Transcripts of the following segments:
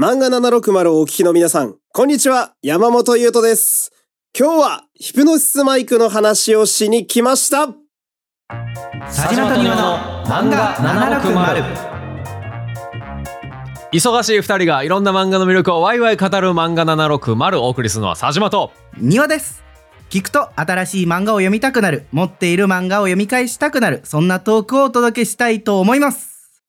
漫画760をお聞きの皆さん、こんにちは、山本優斗です。今日はヒプノシスマイクの話をしに来ました佐島と庭の漫画760忙しい二人がいろんな漫画の魅力をワイワイ語る漫画760をお送りするのは佐島と庭です聞くと新しい漫画を読みたくなる持っている漫画を読み返したくなるそんなトークをお届けしたいと思います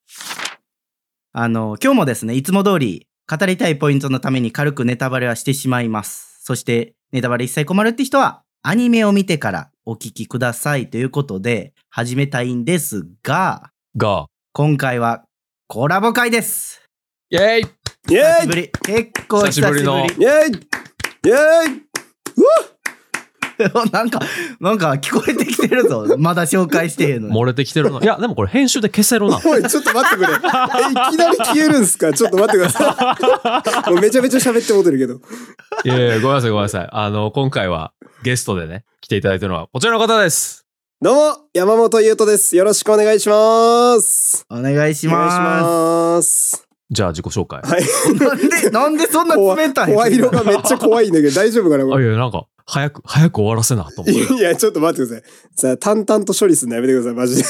あの今日もですねいつも通り語りたいポイントのために軽くネタバレはしてしまいますそしてネタバレ一切困るって人はアニメを見てからお聞きくださいということで始めたいんですがが今回はコラボ会ですイェイイェ久ーしイぶり結構久しぶり久しぶりのイェーイイェーイ なんかなんか聞こえてきてるぞまだ紹介してへんのに漏れてきてるな。いや、でもこれ編集で消 せるな。おい、ちょっと待ってくれ。え、いきなり消えるんすかちょっと待ってください。 もうめちゃめちゃ喋ってもうてるけど。いやいや、ごめんなさい、ごめんなさい。あの、今回はゲストでね、来ていただいてるのはこちらの方です。どうも、山本優斗です。よろしくお願いします。お願いしまお願いします。じゃあ自己紹介。あ、はい。すなんでなんでそんな怖冷たい怖い色がめっちゃ怖いんだけど、大丈夫かなこれいや、なんか、早く、早く終わらせな、と思って。いや、ちょっと待ってください。さあ、淡々と処理するのやめてください、マジで。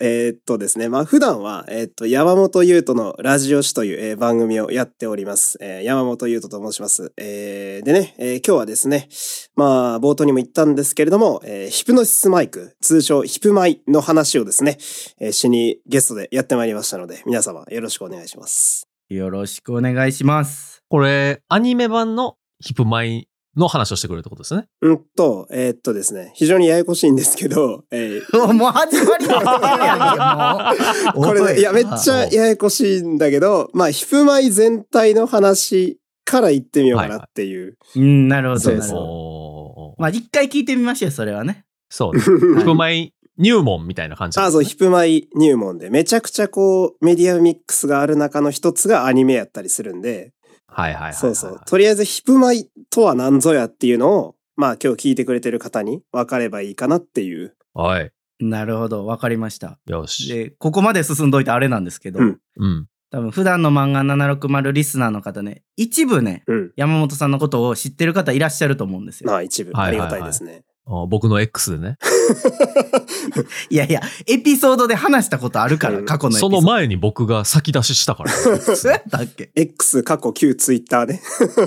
えーっとですね、まあ、普段は、えーっと、山本優斗のラジオ誌という、えー番組をやっております。えー山本優斗と申します。えーでね、えー今日はですね、まあ、冒頭にも言ったんですけれども、えーヒプノシスマイク、通称ヒプマイの話をですね、えー、しにゲストでやってまいりましたので、皆様よろしくお願いします。よろしくお願いしますこれ、アニメ版のヒップマイの話をしてくれるってことですね。うんと、えーっとですね、非常にややこしいんですけど、えーおもう始まりだよやんけもうこれね、いや、めっちゃあややこしいんだけど、まあ、ヒプマイ全体の話から言ってみようかなっていう。 うんなるほそどうなでるすほどおーまあ一回聞いてみましょうそれはねそうね。ヒップマイ入門みたいな感じ。ああそう、ヒプマイ入門で、めちゃくちゃこう、メディアミックスがある中の一つがアニメやったりするんで、はいはいはいはいはい。そうそう。とりあえずヒプマイとは何ぞやっていうのを、まあ今日聞いてくれてる方に分かればいいかなっていう。はい。なるほどわかりましたよし。でここまで進んどいてあれなんですけど、うんうん。多分普段の漫画760リスナーの方ね一部ねうん。山本さんのことを知ってる方いらっしゃると思うんですよまあ一部、あはいはりいはがいたいですね。あ僕の X でね。いやいや、エピソードで話したことあるから、うん過去のエピソそード。の前に僕が先出しし たから。そうやったっけ X 過去旧ツイッター ね。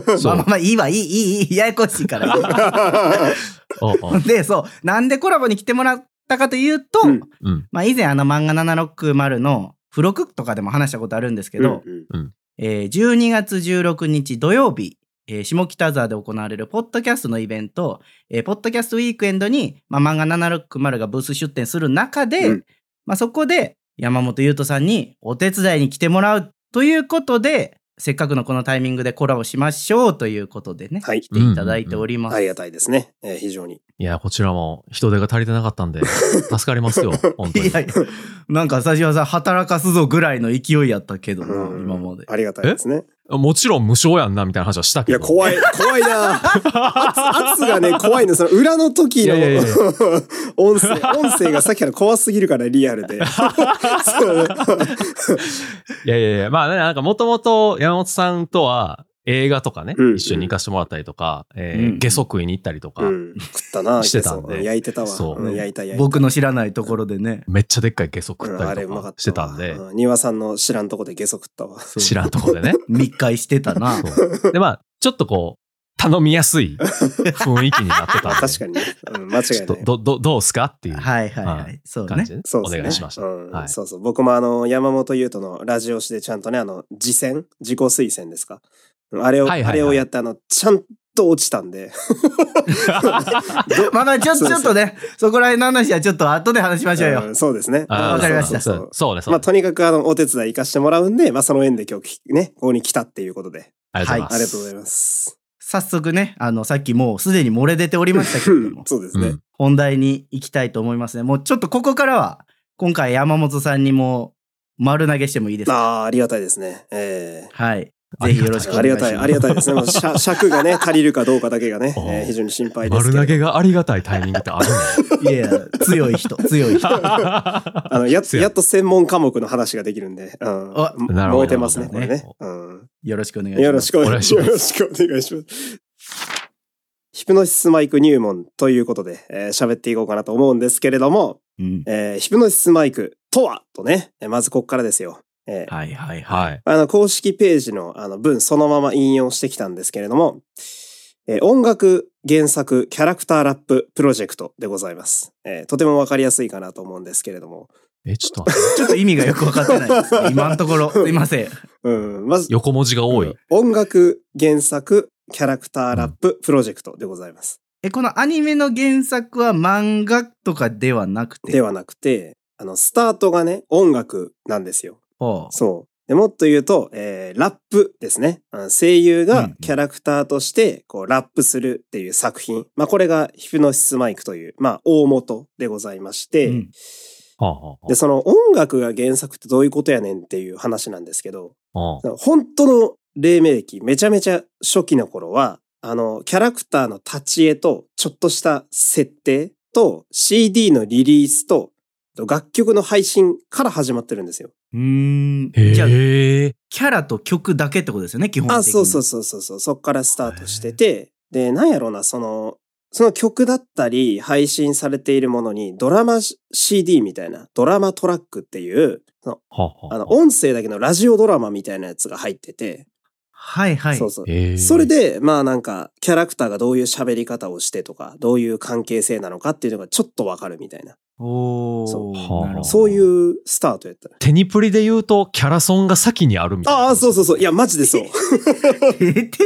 まそあうまあ。まあ、いいわ、いい、いい、いい、 ややこしい から。うんうんで、そう、なんでコラボに来てもらったかというと、うんうん。まあ以前あの漫画760の付録とかでも話したことあるんですけど、うんうんえー12月16日土曜日、えー下北沢で行われるポッドキャストのイベント、えーポッドキャストウィークエンドに、まあ、漫画760がブース出展する中で、うんまあ、そこで山本優斗さんにお手伝いに来てもらうということで、せっかくのこのタイミングでコラボしましょうということでね、はい来ていただいております。ありがたいですね。えー非常に。いや、こちらも人手が足りてなかったん で、助かりますよ。本当に。いやいや、なんか佐島さん働かすぞぐらいの勢いやったけどな、うん今まで。ありがたいですね。もちろん無償やんな、みたいな話はしたいけど。や、怖い、怖いな圧圧が ね、怖いの。その裏の時のいやいやいや 音声、音声がさっきから怖すぎるから、リア ルで。そういやいやいや、まあね、なんかもともと山本さんとは映画とかね、うん一緒に行かせてもらったりとか、えーうん下足食いに行ったりとか、うん、食ったな してたんでいけそう焼いてたわ。そうん焼いた焼いた。僕の知らないところでね。めっちゃでっかい下足う食っんたあれりうとまかかったしてたんで、わ。う庭さんの知らんとこでゲソ食ったわ。知らんとこでね。密会してたな。そ うで、まあ、ちょっとこう、頼みやすい雰囲気になってたんで。確かにね。うん間違ちょいなっとい。ど、ど、どうすかっていうはいはいは。はいそう感ねじ。で、そおうですね願いしました。うんはいそうそう。僕もあの、山本優斗のラジオ誌でちゃんとね、あの、次戦自己推薦ですか。あれを、はいはいはいあれをやって、あの、ちゃんと落ちたんで。 まあまあちょ、ちそうょそうっとね、そこら辺の話はちょっと後で話しましょうよ。んそうですね。あーわかりましたそそううそうそうね、そうまあ、ね。とにかくあのお手伝い行かしてもらうんで、まあ、その縁で今日きね、ここに来たっていうことで、ありがとうございます。ありがとうございます。、早速ね、あの、さっきもうすでに漏れ出ておりましたけれどもそうですね。 本題に行きたいと思いますね。もうちょっとここからは、今回山本さんにも丸投げしてもいいですかああ、ありがたいですね。ええはい。ぜひよろしくおあ願いりがします。たい、ありがたいですね。もう尺尺がね、足りるかどうかだけがね、えおうー非常に心配です丸け投げど。がありがたいタイミングってあるね。いやいや、強い人、強い人。 あのやっそうややっと専門科目の話ができるんで、うんあ、なるほど燃えてますね、これなるねほ。うんよろしくお願いします。よろしくお願いします。よろしくお願いします。 ヒプノシスマイク入門ということで、えー喋っていこうかなと思うんですけれども、うん。えーヒプノシスマイクとはとね、えーまずここからですよ。えーはいはいはい。はい。あの、公式ページのあの文そのまま引用してきたんですけれども、えー音楽、原作、キャラクターラッププロジェクトでございます。えーとてもわかりやすいかなと思うんですけれども。え、ちょっと待って。ちょっと意味がよくわかってないですね。今のところ、すいません。うん、まず、横文字が 多い。音楽、原作、キャラクターラッププロジェクトでございます。え、このアニメの原作は漫画とかではなくて。ではなくて、あの、スタートがね、音楽なんですよ。ほうそう。でもっと言うと、えーラップですね。あの声優うんうがんキャラクターとして、こう、ラップするっていう作品。まあ、これがヒプノシスマイクという、まあ、大元でございまして、うんはあはで、その音楽が原作ってどういうことやねんっていう話なんですけど、あはあ本当の黎明期、めちゃめちゃ初期の頃は、あの、キャラクターの立ち絵と、ちょっとした設定と、CD のリリースと、楽曲の配信から始まってるんですよ。うーん。じゃあ、へえ。キャラと曲だけってことですよね、基本的に。あ、そうそうう。そうそうそう、そっからスタートしてて、で、なんやろうな、その、その曲だったり、配信されているものに、ドラマ CD みたいな、ドラマトラックっていう、そのはあはあの、音声だけのラジオドラマみたいなやつが入ってて、はいはい。そうそう。へえそれ、で、まあなんか、キャラクターがどういう喋り方をしてとか、どういう関係性なのかっていうのがちょっとわかるみたいな。おそうー。なるほどそういうスタートやった。テニプリで言うと、キャラソンが先にあるみたいな。ああ、そうそうそう。いや、マジで そう。えて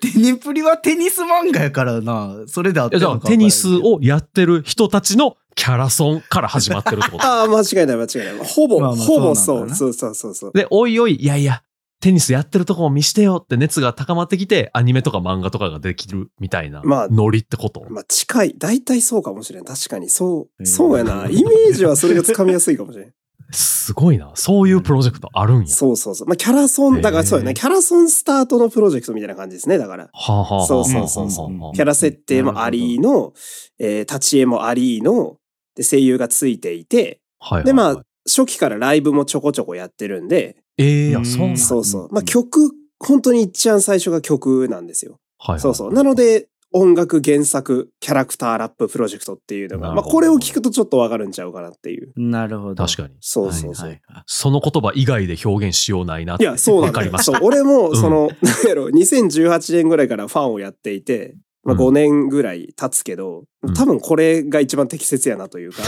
テニプリはテニス漫画やからな。それであっいてやじるゃあのかテニスわをやってる人たちのキャラソンから始まってるってこと。ああ、間違いない間違いない。ほぼ、まあまあほぼそそうなんだう。なそうそうそうそう。で、おいおい、いやいや、テニスやってるとこも見してよって熱が高まってきて、アニメとか漫画とかができるみたいな、まあノリってこと。まあ近い。大体そうかもしれん。確かに。そう。えーそうやな。イメージはそれが掴みやすいかもし れん。すごいな。そういうプロジェクトあるんや。そうそうそう。まあキャラソン、だかえらーそうやね。キャラソンスタートのプロジェクトみたいな感じですね。だから。はあ、はあはあ、そうそうそうそうはあはあキャラ設定もありの、えー立ち絵もありの、で、声優がついていて、はいはいはいで、まあ、初期からライブもちょこちょこやってるんで、ええうん。や、そうなんだそうそううんまあ、曲、本当に一番最初が曲なんですよ。はいはいそうそう。なの、で、音楽原作、キャラクターラッププロジェクトっていうのなが、るまほあ、どこれを聞くとちょっとわかるんちゃうかなっていう。なるほど。確かに。そうそうそう。はいいはいその言葉以外で表現しようないなって。や、そうなわんだかりよ。ましそうた。俺も、うんその、なんやろ、2018年ぐらいからファンをやっていて、まあ、うん5年ぐらい経つけど、うん多分これが一番適切やなと いうか、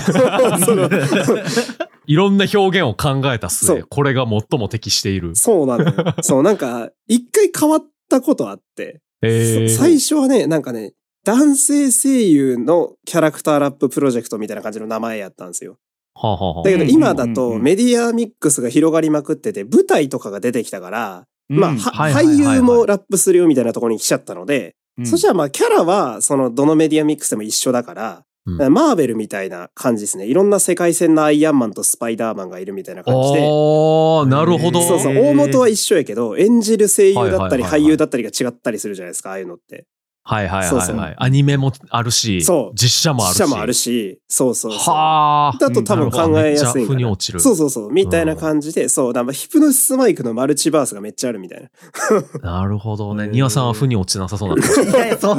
そのいろんな表現を考えたそ末、うこれが最も適している。そうなのよ。そう、なんか、一回変わったことあって、ええそ最初はね、なんかね、男性声優のキャラクターラッププロジェクトみたいな感じの名前やったんですよ。はあはあはあだけどうん今だうんうんうとんメディアミックスが広がりまくってて、舞台とかが出てきたから、まあ、ははいはいはいは俳い優もラップするよみたいなところに来ちゃったので、そしたらまあ、キャラは、その、どのメディアミックスでも一緒だから、うんマーベルみたいな感じですね。いろんな世界線のアイアンマンとスパイダーマンがいるみたいな感じで、ああ、なるほど。そうそう、へー大元は一緒やけど、演じる声優だったりはいはいはいは俳い優だったりが違ったりするじゃないですか、ああいうのって。はいはいそうはいそうはい。アニメもあるし、そう実写もあるし。者もあるし、そうそうそう。はあ。だと多分考えやすいふかにな。落ちる。そうそうそう、みたいな感じで、そう、だからヒプノシスマイクのマルチバースがめっちゃあるみたいな。なるほどうね。ん庭さんはふに落ちなさそうなんだ。いやいやそ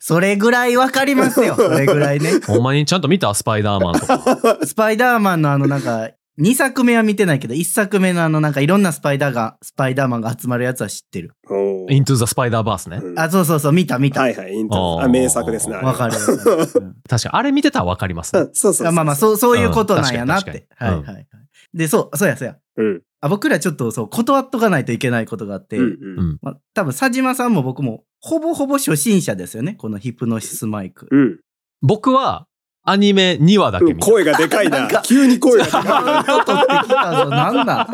それぐらいわかりますよ。それぐらい ね。ほんまにちゃんと見たスパイダーマンとか。スパイダーマンのあのなんか、2作目は見てないけど、1作目のあのなんかいろんなスパイダーが、スパイダーマンが集まるやつは知ってる。おーイントゥーザ・スパイダーバースね。うんあ、そうそうそう、見た見た。はわ、いはい、インターあーあ、名作ですね。あれかるわかる。うん確かに、あれ見てたらわかりますねあ。そうそうそう。あまあまあ、そう、そういうことなんやなっうんて確。かはいにはい確かはい。で、そう、そうやそうや。うん。あ僕らちょっとそう、断っとかないといけないことがあって、うんう。うんんまあ、多分佐島さんも僕も、ほぼほぼ初心者ですよね。このヒプノシスマイ ク。うん。僕は、アニメ2話だけう見んた。声がでかいななんか。急に声がであかー取ってきたぞ、なんなん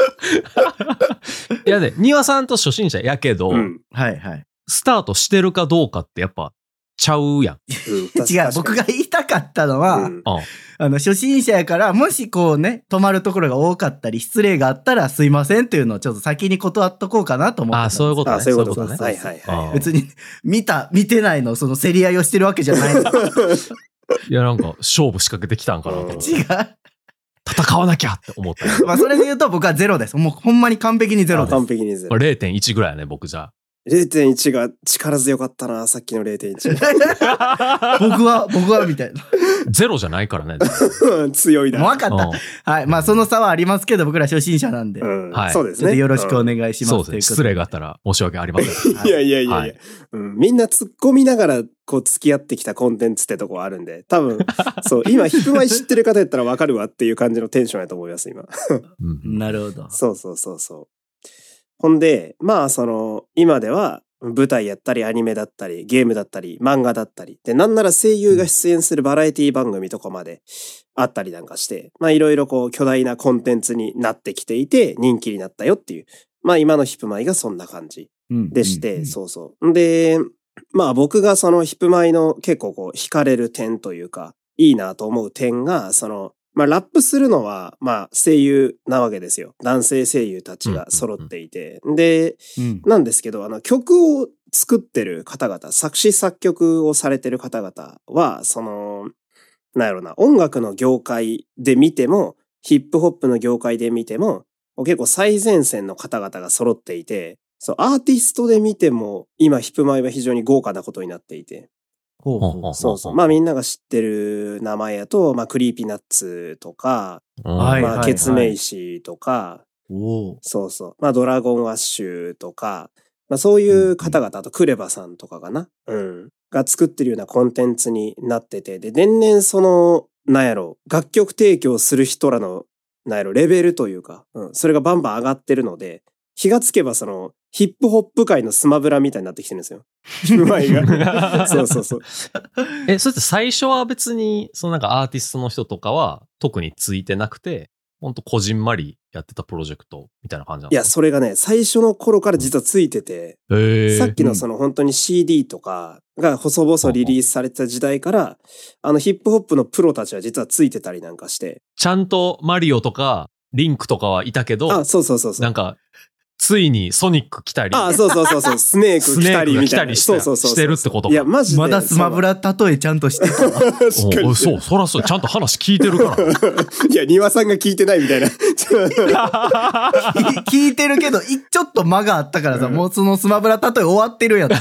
いやね、庭さんと初心者やけどい。う、ん。はいはい。スタートしてるかどうかってやっぱ、ちゃうやん。違う、僕が言いたかったのは、うんああの、初心者やから、もしこうね、泊まるところが多かったり、失礼があったらすいませんっていうのをちょっと先に断っとこうかなと思ってたんあですそういうことね。あそういうことねです。。はいはいはい。あー別に、見た、見てないの、その競り合いをしてるわけじゃ ないの。いや、なんか、勝負仕掛けてきたんかなと思って違う。戦わなきゃって思った。まあ、それで言うと僕はゼロです。もうほんまに完璧にゼロあで す。完璧にゼこロ。れ0.1ぐらいやね、僕じゃ。 0.1が力強かったな、さっきの0.1。 僕は、僕は、みたいな。ゼロじゃないから ね。 強いもうな。分かった。うはい。まあ、その差はありますけど、僕ら初心者なんで。うんはいそうでちすょっとね。よろしくお願いしんます。そうですね。失礼があったら申し訳ありません。 うんいやいやいやいや、はいうん。みんな突っ込みながら、こう、付き合ってきたコンテンツってとこはあるんで、多 分、そう、今、ヒプマイ知ってる方やったらわかるわっていう感じのテンションやと思います、 今。うんなるほど。そうそうそうそう。ほんで、まあその、今では舞台やったりアニメだったりゲームだったり漫画だったり、で、なんなら声優が出演するバラエティ番組とかまであったりなんかして、まあいろいろこう巨大なコンテンツになってきていて人気になったよっていう、まあ今のヒプマイがそんな感じうんでして、うんそうそう。で、まあ僕がそのヒップマイの結構こう惹かれる点というか、いいなと思う点が、その、まあラップするのは、まあ声優なわけですよ。男性声優たちが揃っていて。で、うんなんですけど、あの曲を作ってる方々、作詞作曲をされてる方々は、その、なんやろな、音楽の業界で見ても、ヒップホップの業界で見ても、結構最前線の方々が揃っていて、そう、アーティストで見ても、今、ヒップマイは非常に豪華なことになっていて。ほうほうほうそうそう。まあみんなが知ってる名前やと、まあクリーピーナッツとか、うんはいまあケツメイシとか、おーそうそう。まあ、ドラゴンアッシュとか、まあ、そういう方々、あとクレバさんとかかな。うん。が作ってるようなコンテンツになってて、で、年々その、なんやろ、楽曲提供する人らの、なんやろ、レベルというか、うん。それがバンバン上がってるので、気がつけばその、ヒップホップ界のスマブラみたいになってきてるん ですよ。うまい が。そうそうそう。え、それって最初は別に、そのなんかアーティストの人とかは特についてなくて、ほんとこじんまりやってたプロジェクトみたいな感じないんでや、すそれがね、最初の頃から実はついてて、かへえ。さっきのその本当に CD とかが細々リリースされてた時代から、あのヒップホップのプロたちは実はついてたりなんかして。ちゃんとマリオとか、リンクとかはいたけど、あ、そうそうそうそう。なんか、ついにソニック来たり、あ、そうそうそう そう。スネークス来ネたーりクがみ来たたいな。りしそうてそうそう。してるってことか。いや、マジで。まだスマブラ例えちゃんとしてたわ。 そう。 確かおに。うそう、そらそう、ちゃんと話聞いてるかいや、庭さんが聞いてないみたい な。ら。聞いてるけど、いちょっと間があったからさ、うんもうそのスマブラ例え終わってるやつ。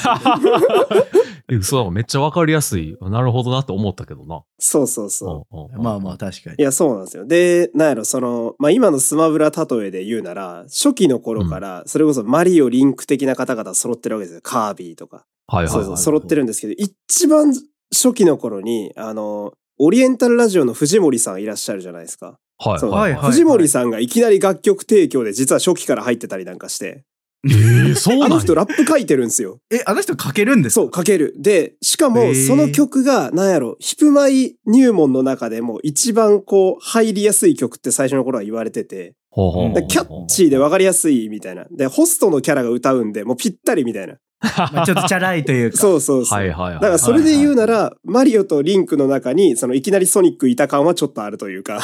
えそうめっちゃわかりやすい。なるほどなって思ったけどな。そうそうそう。うんうんまあまあ、確かにい。や、そうなんですよ。で、なんやろ、その、まあ、今のスマブラ例えで言うなら、初期の頃から、それこそマリオリンク的な方々揃ってるわけですよ。カービィとか。はいはいそはうい、そはう、い。揃ってるんですけど、一番初期の頃に、あの、オリエンタルラジオの藤森さんいらっしゃるじゃないですか。はいそうはいはい。藤森さんがいきなり楽曲提供で実は初期から入ってたりなんかして、ええそうあなのん人やラップ書いてるんですよ。え、あの人書けるんですかそう、書ける。で、しかへもーその曲が、なんやろ、ヒプマイ入門の中でも一番こう、入りやすい曲って最初の頃は言われてて、ほうほうほうでキャッチーで分かりやすいみたいな。で、ホストのキャラが歌うんで、もうぴったりみたいな。まあちょっとチャラいというか。そうそうそう。はいはいはい。だからそれで言うなはら、マリオとリンクの中に、そのいきなりソニックいた感はちょっとあるという か。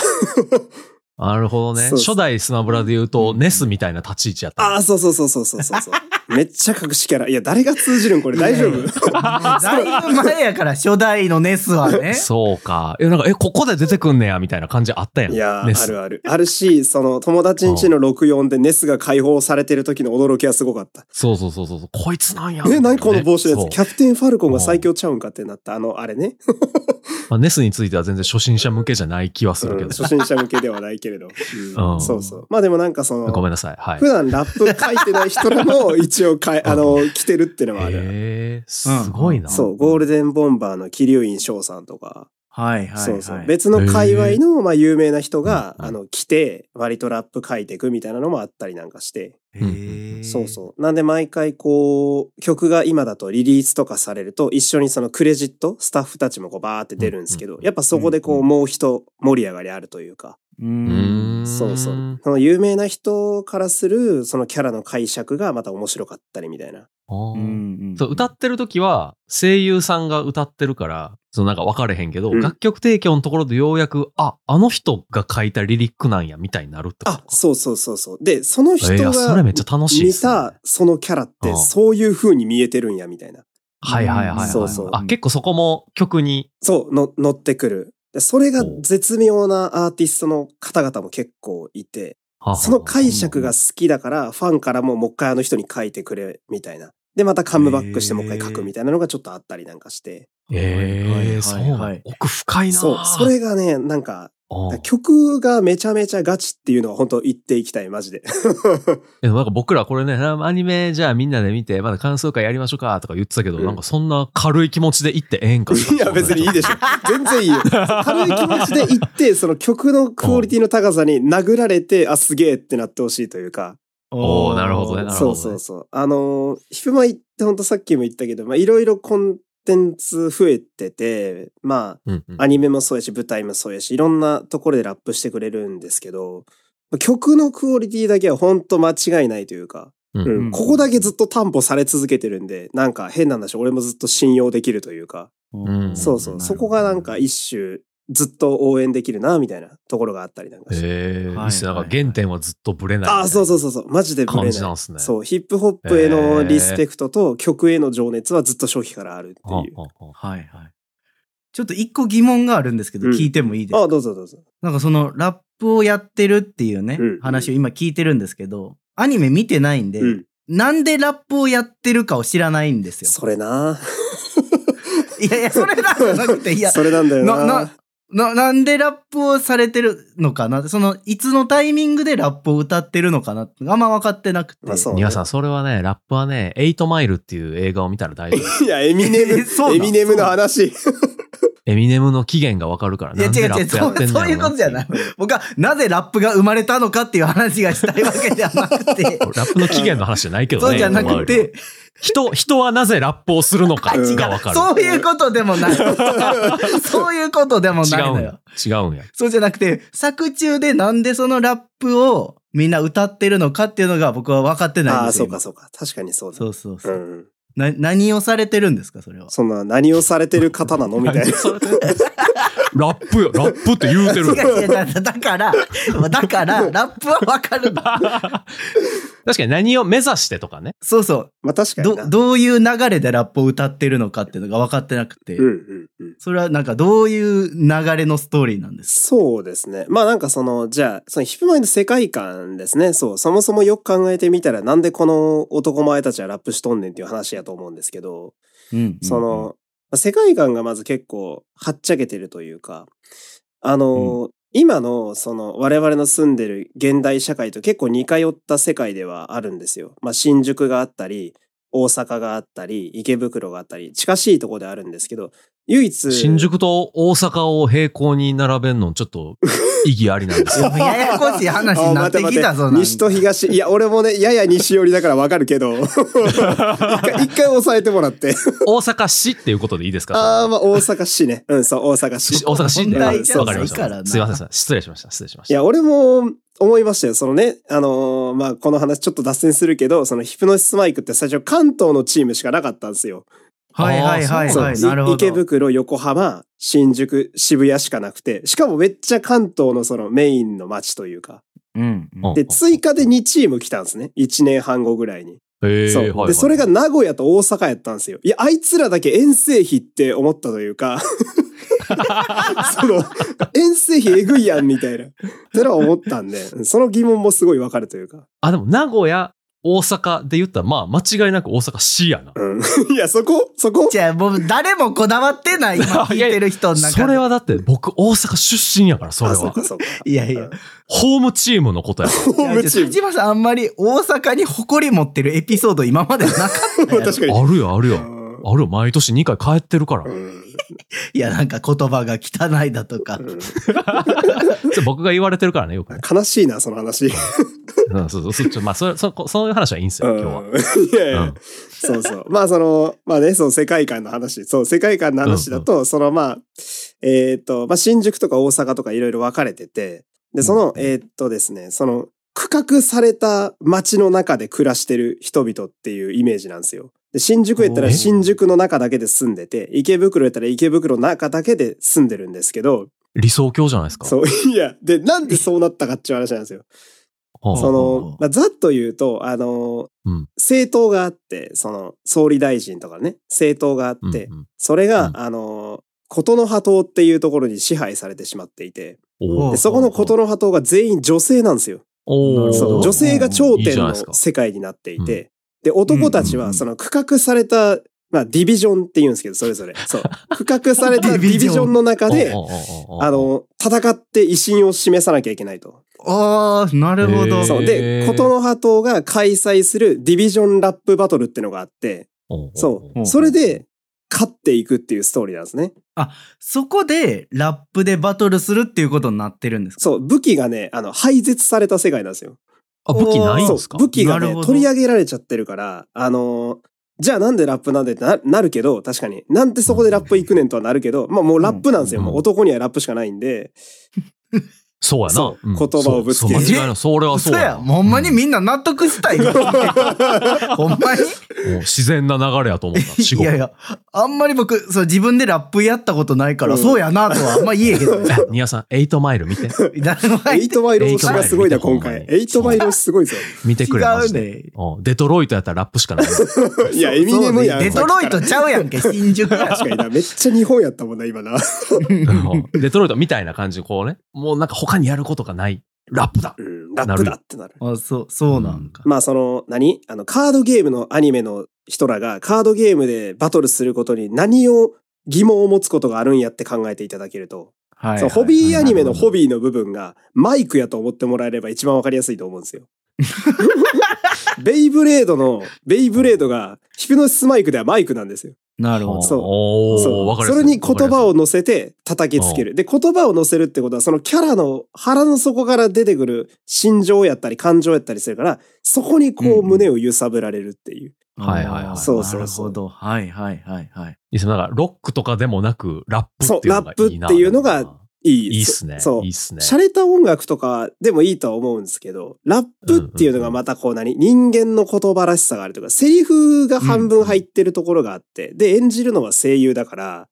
いはいなるほどね。そうそう初代スマブラで言うと、ネスみたいな立ち位置やった。ああ、そうそうそうそうそうそうそう。めっちゃ隠しキャラ。いや、誰が通じるんこれ大丈いやい夫だいぶ前やから、初代のネスはね。そうか。え、なんか、え、ここで出てくんねや、みたいな感じあったやん。いやー、ネあスるある。あるし、その友達ん家の64でネスが解放されてる時の驚きはすごかった。そうそうそうそうそう。こいつなんや。え、何この帽子のやそうつ。キャプテンファルコンが最強ちゃうんかってなった。あの、あれね。まあネスについては全然初心者向けじゃない気はするけうんど。初心者向けではないけれど。うんうんそうそう。まあでもなんかそごめの、んなさい。はい。普段ラップ書いてない人らも一応かい、あの、着てるってのはある。へえ、すごいな。そう、ゴールデンボンバーの桐生院翔さんとか、はいはいはい。そうそう、別の界隈の、まあ、有名な人が、あの、来て、割とラップ書いていくみたいなのもあったりなんかして、へーそうそう。なんで毎回こう、曲が今だとリリースとかされると、一緒にそのクレジット、スタッフたちもこうバーって出るんですけうんどう、んやっぱそこでこうんう、もう一盛り上がりあるというか、うー。うんーんそうそう。その有名な人からする、そのキャラの解釈がまた面白かったりみたいな。あーんそう歌ってる時は声優さんが歌ってるから、そのなんか分かれへんけど、うん楽曲提供のところでようやく、あ、あの人が書いたリリックなんや、みたいになるってことあか、。そうそうそうそう。で、その人えーいやそれがめっちゃ楽しいで見すね。たそのキャラっうて、んそういう風に見えてるんや、みたいな。はいはいはいはい。そうそうあ、結構そこも曲に。そう、の乗ってくる。でそれがおう絶妙なアーティストの方々も結構いて、はあはあその解釈が好きだから、ファンからももう一回あの人に書いてくれ、みたいな。で、またカムバックしてもう一回書くみたいなのがちょっとあったりなんかして。ええそうなはのい。奥深いなそう、それがね、なんか、ああ曲がめちゃめちゃガチっていうのは本当言っていきたい、マジで。でもなんか僕らこれね、あアニメじゃあみんなで見て、まだ感想会やりましょうかとか言ってたけど、うんなんかそんな軽い気持ちで行ってええんか いや、別にい いでしょ。全然いいよ。軽い気持ちで行って、その曲のクオリティの高さに殴られて、あ、すげえってなってほしいというか。おーなるほどねなるほどそうそうそう。あのー、ひふまいってほんとさっきも言ったけど、まあ、いろいろコンテンツ増えてて、まうんうんあ、アニメもそうやし、舞台もそうやし、いろんなところでラップしてくれるんですけど、曲のクオリティだけはほんと間違いないというか、うんうんここだけずっと担保され続けてるんで、なんか変なんだし、俺もずっと信用できるというか、うんそうそう、そこがなんか一種、ずっと応援できるな、みたいなところがあったりなんかして。ええはいいいっすねなんか原点はずっとぶれない。ああ、そうそうそうそう、マジでブレな感いじ。なんですね。う。そう、ヒップホップへのリスペクトと曲への情熱はずっと初期からあるってはいう。あはあはあはいはい。ちょっと一個疑問があるんですけど、うん聞いてもいいですあかどうぞどうぞ。なんかそのラップをやってるっていうね、うん話を今聞いてるんですけど、アニメ見てないんで、うん。なんでラップをやってるかを知らないんですよ。それな。いやいや、それなんじゃなくて、いや、それなんだよな。ななな、なんでラップをされてるのかなその、いつのタイミングでラップを歌ってるのかなあんま分かってなくて。まあそうね庭さん、それはね、ラップはね、エイトマイルっていう映画を見たら大丈夫。いや、エミネム、えそうなエミネムの話。エミネムの起源がわかるからいやなんで違うラ違うップやそっう、てんそだろういうことじゃない。僕は、なぜラップが生まれたのかっていう話がしたいわけじゃなくて、ラップの起源の話じゃないけどね。 そうじゃなエイトマくイルはて、人、人はなぜラップをするのかあ違うがわかる。そういうことでも ない。そういうことでも違ないうんのやよ。。違うんや。そうじゃなくて、作中でなんでそのラップをみんな歌ってるのかっていうのが僕は分かってないんああ、ですそよ。うかそうか。確かにそうだ。そうそうそうう、ん。な。何をされてるんですか、それは。そんな、何をされてる方なの みたいな。それでラップよ、ラップって言うて違るう。 違うだだから、だから、ラップは分かるんだ。確かに何を目指してとかね。 そうそまあ確う。かにな。ど、どういう流れでラップを歌ってるのかっていうのが分かってなくて、うんうんうん。それはなんかどういう流れのストーリーなんですかそうですね。まあなんかその、じゃあ、そのヒップマイの世界観ですね。そう、そもそもよく考えてみたら、なんでこの男前たちはラップしとんねんっていう話やと思うんですけど、うんうんうんその、まあ世界観がまず結構はっちゃけてるというか、あの、今のその我々の住んでる現代社会と結構似通った世界ではあるんですよ。まあ新宿があったり、大阪があったり、池袋があったり、近しいところであるんですけど、唯一。新宿と大阪を平行に並べんの、ちょっと意義ありな んですよ。ややこしい話になってきたあ待て待てぞ、なんか西と東。いや、俺もね、やや西寄りだからわかる けど。一回、一回押さえてもらって。大阪市っていうことでいいですかああ、まあ大阪市ね。うん、そう、大阪し 市。大阪市問題じゃわかなりいましからなた。すいません。失礼しました。失礼しまいした。や、俺も思いましたよ。そのね、あのーまあ、この話ちょっと脱線するけど、そのヒプノシスマイクって最初関東のチームしかなかったんですよ。はいはいはいそうそうはい、なるほど。池袋、横浜、新宿、渋谷しかなくて、しかもめっちゃ関東のそのメインの街というか。うんうんで、追加で2チーム来たんですね。1年半後ぐらいに。へえそう。はいで、はいそれが名古屋と大阪やったんですよ。いや、あいつらだけ遠征費って思ったというか、 その、遠征費えぐいやんみたいな。それは思ったんで、その疑問もすごいわかるというか。 あ、でも名古屋、大阪で言ったら、まあ、間違いなく大阪市やな。うん。いや、そこそこじゃあ、もう誰もこだわって ない、今聞いてる人の中で。それはだって僕大阪出身やから、それあ、そはう。か、そうか。いやいやうん。ホームチームのことやから。 ホームチーム田。島さんあんまり大阪に誇り持ってるエピソード今までなかった やろ確かに。あるよ、あるうよ。んあるよ、毎年2回帰ってるから。うんいや、なんか言葉が汚いだとか。うんそれ僕が言われてるからね、よくね。悲しいな、その話。うん、そうそうそうちょ。まあ、それ、そ、こそういう話はいいんですうよ、ん今日は。いやいやうんそうそう。まあその、まあね、その世界観の話、そう、世界観の話だと、そのまあ、えっ、と、まあ新宿とか大阪とかいろいろ分かれてて、で、その、えーっとですね、その、区画された街の中で暮らしてる人々っていうイメージなんですよ。で、新宿やったおらー新宿の中だけで住んでて、池袋やったら池袋の中だけで住んでるんですけど、理想郷じゃないですか。そう、いや、で、なんでそうなったかっていう話なんですよ。はあそはあの、まあ、ざっと言うと、あの、うん政党があって、その、総理大臣とかね、政党があって、うんうんそれが、うんあの、琴の葉党っていうところに支配されてしまっていて、おーうでんそこの琴の葉党が全員女性なんですよ。おーそうんの女性が頂いい点じゃないのですか世界になっていうんて、で、男たちうんうんうはんその区画された、まあ、ディビジョンって言うんですけど、それぞれ。 そう。区画されたデディビィビジジョンョンの中で、おーおーおーおーあの、戦って威信を示さなきゃいけないと。あー、なるほへどー。そう。へで、ー琴の葉党が開催するディビジョンラップバトルってのがあって、おーおーそうんう。それで、勝っていくっていうストーリーなんですね。そこで、ラップでバトルするっていうことになってるんですかそう、武器がね、あの、廃絶された世界なんですよ。あ武器ないんですかそう武器がなねるほ、ど取り上げられちゃってるから、あのーじゃあなんでラップなんでってななるけど、確かに。なんでそこでラップ行くねんとはなるけど、まあもうラップなんですよ。うんもう男にはラップしかないんで。そうやな。そ言ん葉をぶつけそるうそう間違いない。それはそう嘘ややん。ほんまにみんな納得した い。ほんまにうんもう自然な流れやと 思った。死い後。やいや、あんまり僕、そう自分でラップやったことないから、うんそうやなとはあんま言えへんけどね。 ニアさん、エイトマイル見て。誰も入エっイてトマイル推しがすごいな、エイトマイ今ル回。エイトマイル推しす ごいぞ。見てくれ。マ違ジうでね。うんデトロイトやったらラップしかない。 いや、エミネムやん。デトロイトちゃうやんけ、新宿や確しかにな。めっちゃ日本やったもんな、今な。うんデトロイトみたいな感じでこうね。もうなんか他にやることがない。ラップだ。 うん、ラップだってなる。 あ、そう、そうなんか。まあその、何あの、カードゲームのアニメの人らが、カードゲームでバトルすることに何を疑問を持つことがあるんやって考えていただけると、はいはい。そのホビーアニメのはいはいホビーの部分がマイクやと思ってもらえれば一番わかりやすいと思うんです よ。 ベイブレードの、ベイブレードがヒプノシスマイクではマイクなんですよ。なるほど。そうおーわそうかりやそすれいに言葉を乗せて叩きつける。で、言葉を乗せるってことは、そのキャラの腹の底から出てくる心情やったり感情やったりするから、そこにこうんううん胸を揺さぶられるっていう。はいはいはいそうそうそうなるほど。はいはいはいはい。いいっすねなんかロックとかでもなく、ラップっていうのそうラッがいいな。プっていうのがいい。いいっすね。そういいっすね。洒落た音楽とかでもいいとは思うんですけど、ラップっていうのがまたこう何、人間の言葉らしさがあるというか、セリフが半分入ってるところがあって、で、演じるのは声優だから、やっ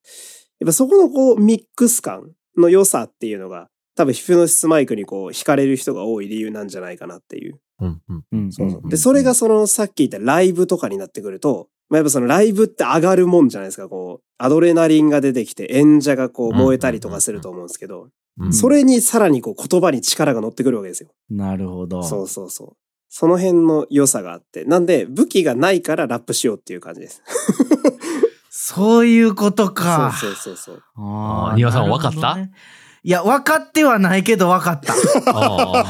ぱそこのこうミックス感の良さっていうのが、多分ヒプノシスマイクにこう惹かれる人が多い理由なんじゃないかなっていう。うんうん。うんそうそううんで、それがそのさっき言ったライブとかになってくると、まあ、やっぱそのライブって上がるもんじゃないですか、こう、アドレナリンが出てきて演者がこう燃えたりとかすると思うんですけど、うんそれにさらにこう言葉に力が乗ってくるわけですよ。なるほど。そうそうそう。その辺の良さがあって。なんで、武器がないからラップしようっていう感じです。そういうことか。そうそうそう そう。ああーー丹羽さんなるほどわかねいや、分かってはないけど分か った。あ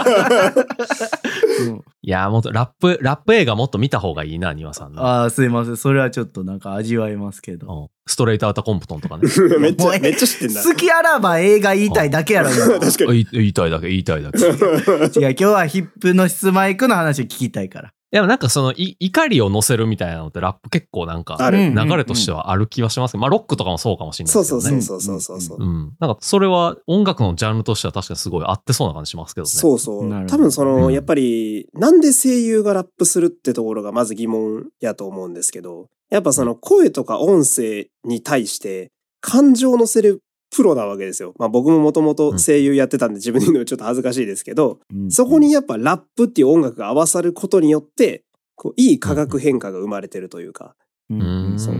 ー うんいや、もっとラップ、ラップ映画もっと見た方がいいな、庭さんの。ああ、すいません。それはちょっとなんか味わいますけど。うんストレートアウタコンプトンとかね。 めっちもうゃ、えめっちゃ知ってんだ。好きあらば映画言いたいだけやろ、 今確 かに。言い言いたいだけ、言いたいだけ。違う、今日はヒップの質マイクの話を聞きたいから。でもなんかその、い怒りを乗せるみたいなのってラップ結構なんか、ある流れとしてはある気はしますけど、まあロックとかもそうかもしれないそうですけそどうね。そうそうそうそうそうう。ん。なんかそれは音楽のジャンルとしては確かにすごい合ってそうな感じしますけどね。そうそなるう。ほど多分その、うんやっぱり、なんで声優がラップするってところがまず疑問やと思うんですけど、やっぱその声とか音声に対して感情を乗せるプロなわけですよ。まあ僕ももともと声優やってたんで自分で言うのちょっと恥ずかしいですけど、うんそこにやっぱラップっていう音楽が合わさることによって、こういい化学変化が生まれてるというか。ううんん。そう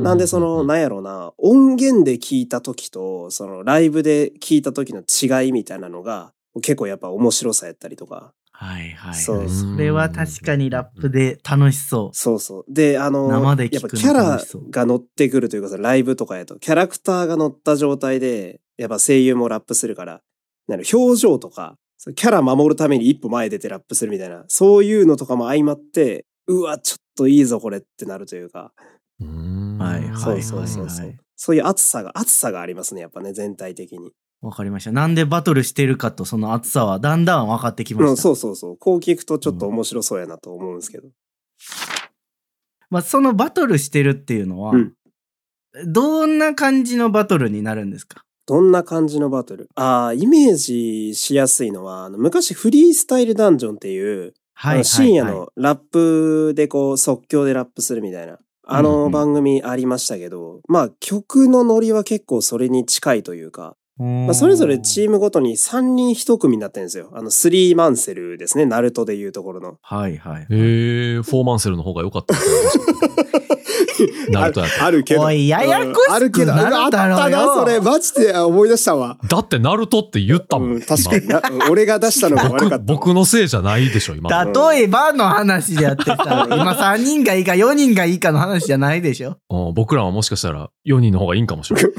なんでその、ななんやろうな、音源で聞いた時と、そのライブで聞いた時の違いみたいなのが、結構やっぱ面白さやったりとか。はいはいはい。そうそれは確かにラップで楽しそそうそう。で、あの、生で聞くのやっぱキャラ楽しそうが乗ってくるというかさ、ライブとかやと、キャラクターが乗った状態で、やっぱ声優もラップするから、なる表情とか、そのキャラ守るために一歩前出てラップするみたいな、そういうのとかも相まって、うわ、ちょっといいぞ、これってなるというか、うん。はいはいそうそうそうはいそはうい。そういう熱さが、熱さがありますね、やっぱね、全体的に。う。わかりました。なんでバトルしてるかとその熱さはだんだん分かってきまうしん、た。そうそうそう。こう聞くとちょっと面白そうやなと思うんですけど。まあ、そのバトルしてるっていうのは、うんどんな感じのバトルになるんですかどんな感じのバトルああ、イメージしやすいのは、あの昔フリースタイルダンジョンっていう、はいはい、あはのい。深夜のラップでこう即興でラップするみたいな、あうんうのん番組ありましたけど、まあ曲のノリは結構それに近いというか、うん。まあ、それぞれチームごとに3人1組になってるんですよ。あの、スリーマンセルですね、ナルトでいうところの。はいはい。へえフォーマンセルの方が良かったって 話。ナルトやった。あるけど。おい、ややこしうんあるくけど、なあるっだたろうな、よ。それ。マジであ思い出したわ。だってナルトって言ったもん。うん、確かにな。うん俺が出したのが悪か僕った。僕のせいじゃないでしょ、今。だ例えばの話でやってさ、今3人がいいか4人がいいかの話じゃないでしょ。うん僕らはもしかしたら4人の方がいいんかもし れない。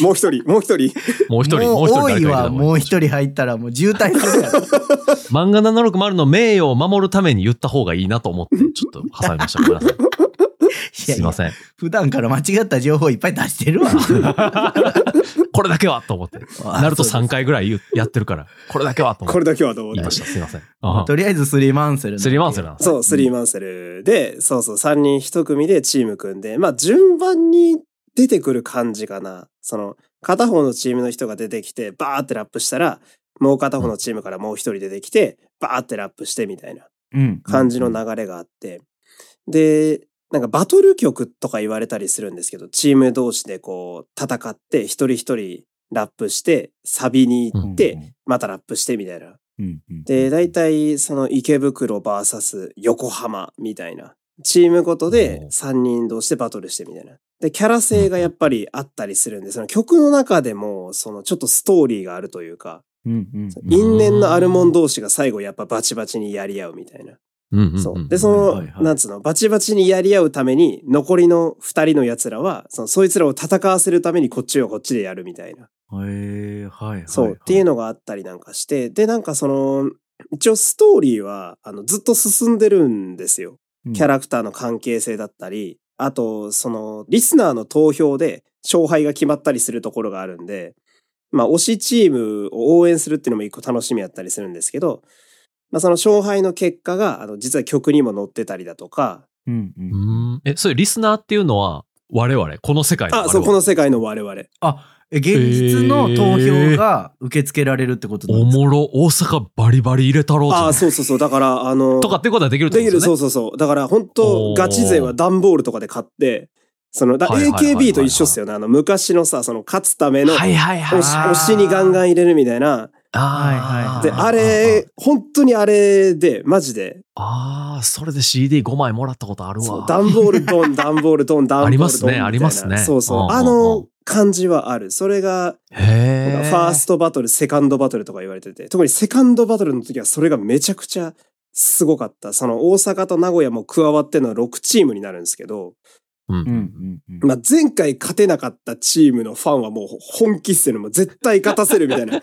もう一人、もう一人。もう一人、ももうう一人多誰いかいたわ、方がいいもう一人入ったらもう渋滞するから。漫画760の名誉を守るために言った方がいいなと 思って、ちょっと挟みました。ごめんなさいい。やすいいまや、せん。普段から間違った情報いっぱい出してるわ。これだけはと思って。あ ナルトそう3回ぐらい言うやってるから、これだけはと思こってれだけはどう言いました。すいません。あとりあえずスリーマンセルなんてスリーマンセルなんですねそう、スリーマンセルで、そうそう、3人1組でチーム組んで、まあ、順番に出てくる感じかな。その、片方のチームの人が出てきて、バーってラップしたら、もう片方のチームからもう一人出てきて、バーってラップしてみたいなうん感じの流れがあって。で、なんかバトル曲とか言われたりするんですけど、チーム同士でこう、戦って、一人一人ラップして、サビに行って、、またラップしてみたいな。うんうんで、大体、その池袋 VS 横浜みたいな。チームごとでおー3人同士でバトルしてみたいな。で、キャラ性がやっぱりあったりするんで、その曲の中でも、そのちょっとストーリーがあるというか、うんうんその因縁のあるもん同士が最後やっぱバチバチにやり合うみたいな。うんうんうんそう。で、はそいはの、いなんつうの、バチバチにやり合うために、残りの2人の奴らは、その、そいつらを戦わせるためにこっちをこっちでやるみたいな。へえはいはいはい。そう、っていうのがあったりなんかして、で、なんかその、一応ストーリーは、あの、ずっと進んでるんですよ。うんキャラクターの関係性だったり、あと、その、リスナーの投票で勝敗が決まったりするところがあるんで、まあ、推しチームを応援するっていうのも一個楽しみやったりするんですけど、まあ、その勝敗の結果が、あの、実は曲にも載ってたりだとか、うんうんうんえ、それリスナーっていうのは、我々、この世界のあ、そう、こ我の世界の我々。え現実の投票が受け付けられるってこと々おなんですかもろ、大阪バリバリ入れたろうじゃあ、んそうそうそう。だから、あの、とかっていうことはできるってできことでる、すそようね。そうそう。だから本当おーガチ勢は段ボールとかで買って、その、だはいはいはいはいはい AKB と一緒っすよね。あの、昔のさ、その、勝つための、はいはいはい。推し推しにガンガン入れるみたいな。あーで、あれ、、本当にあれで、マジで、あーあー、それで CD5 枚もらったことあるそうわ。段ボールド ン、段ボールドン、段ボールドン。ありますねみたいなありますねそうそうう。んあうんうのん感じはある。それが、なんへかえ。ファーストバトル、セカンドバトルとか言われてて、特にセカンドバトルの時はそれがめちゃくちゃすごかった。その大阪と名古屋も加わっての6チームになるんですけど、うんうんうんうんまあ、前回勝てなかったチームのファンはもう本気っすよね。もう絶対勝たせるみたい な。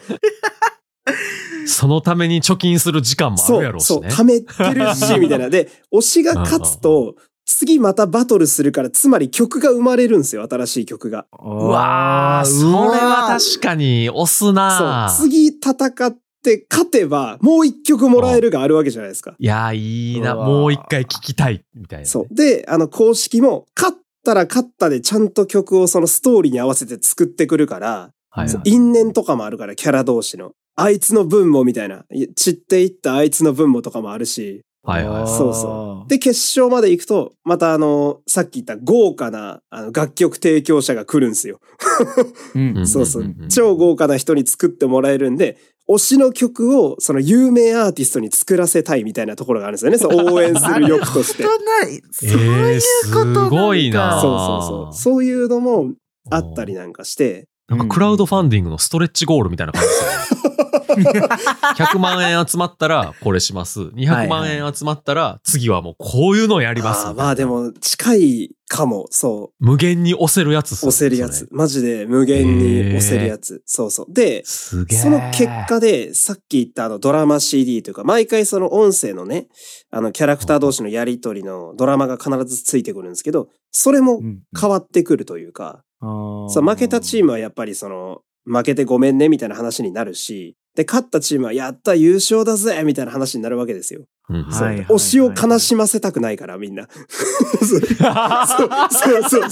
そのために貯金する時間もあそるやろう、うそしう、ね。溜めてるし、みたいな。 で、推しが勝つと、次またバトルするから、つまり曲が生まれるんですよ、新しい曲が。うわあ、それは確かに押すなそう、次戦って勝てば、もう一曲もらえるがあるわけじゃないですか。いやー、いいうな。わーもう一回聞きたい、みたいなね。そう。で、あの、公式も、勝ったら勝ったで、ちゃんと曲をそのストーリーに合わせて作ってくるから、はいはいそう因縁とかもあるから、キャラ同士の。あいつの分もみたいな。い散っていったあいつの分もとかもあるし。はいはいそうそで、決勝まで行くと、またあの、さっき言った豪華なあの楽曲提供者が来るんですよ。う。うんうんそうそうんううんうん。超豪華な人に作ってもらえるんで、推しの曲をその有名アーティストに作らせたいみたいなところがあるんですよね。その応援する欲とし て。そそうんなそうえいーうすことなんだごいなそうそう。そういうのもあったりなんかして、なんかクラウドファンディングのストレッチゴールみたいな感じですよね。100万円集まったらこれします。200万円集まったら次はもうこういうのやりますみたあーいな。まあでも近いかも、そう。無限に押せるやつっすね押せるやつそ。マジで無限に押せるやつ。そうそう。でれ、すげえ。その結果で、さっき言ったあのドラマ CD というか、毎回その音声のね、あのキャラクター同士のやりとりのドラマが必ずついてくるんですけど、それも変わってくるというか、わそう負けたチーム。ムはやっぱりその、負けてごめんねみたいな話になるし、で、勝ったチームは、やった、優勝だぜみたいな話になるわけですよ。うんはいはいはい推しを悲しませたくないから、みんな。そうそうそうそう。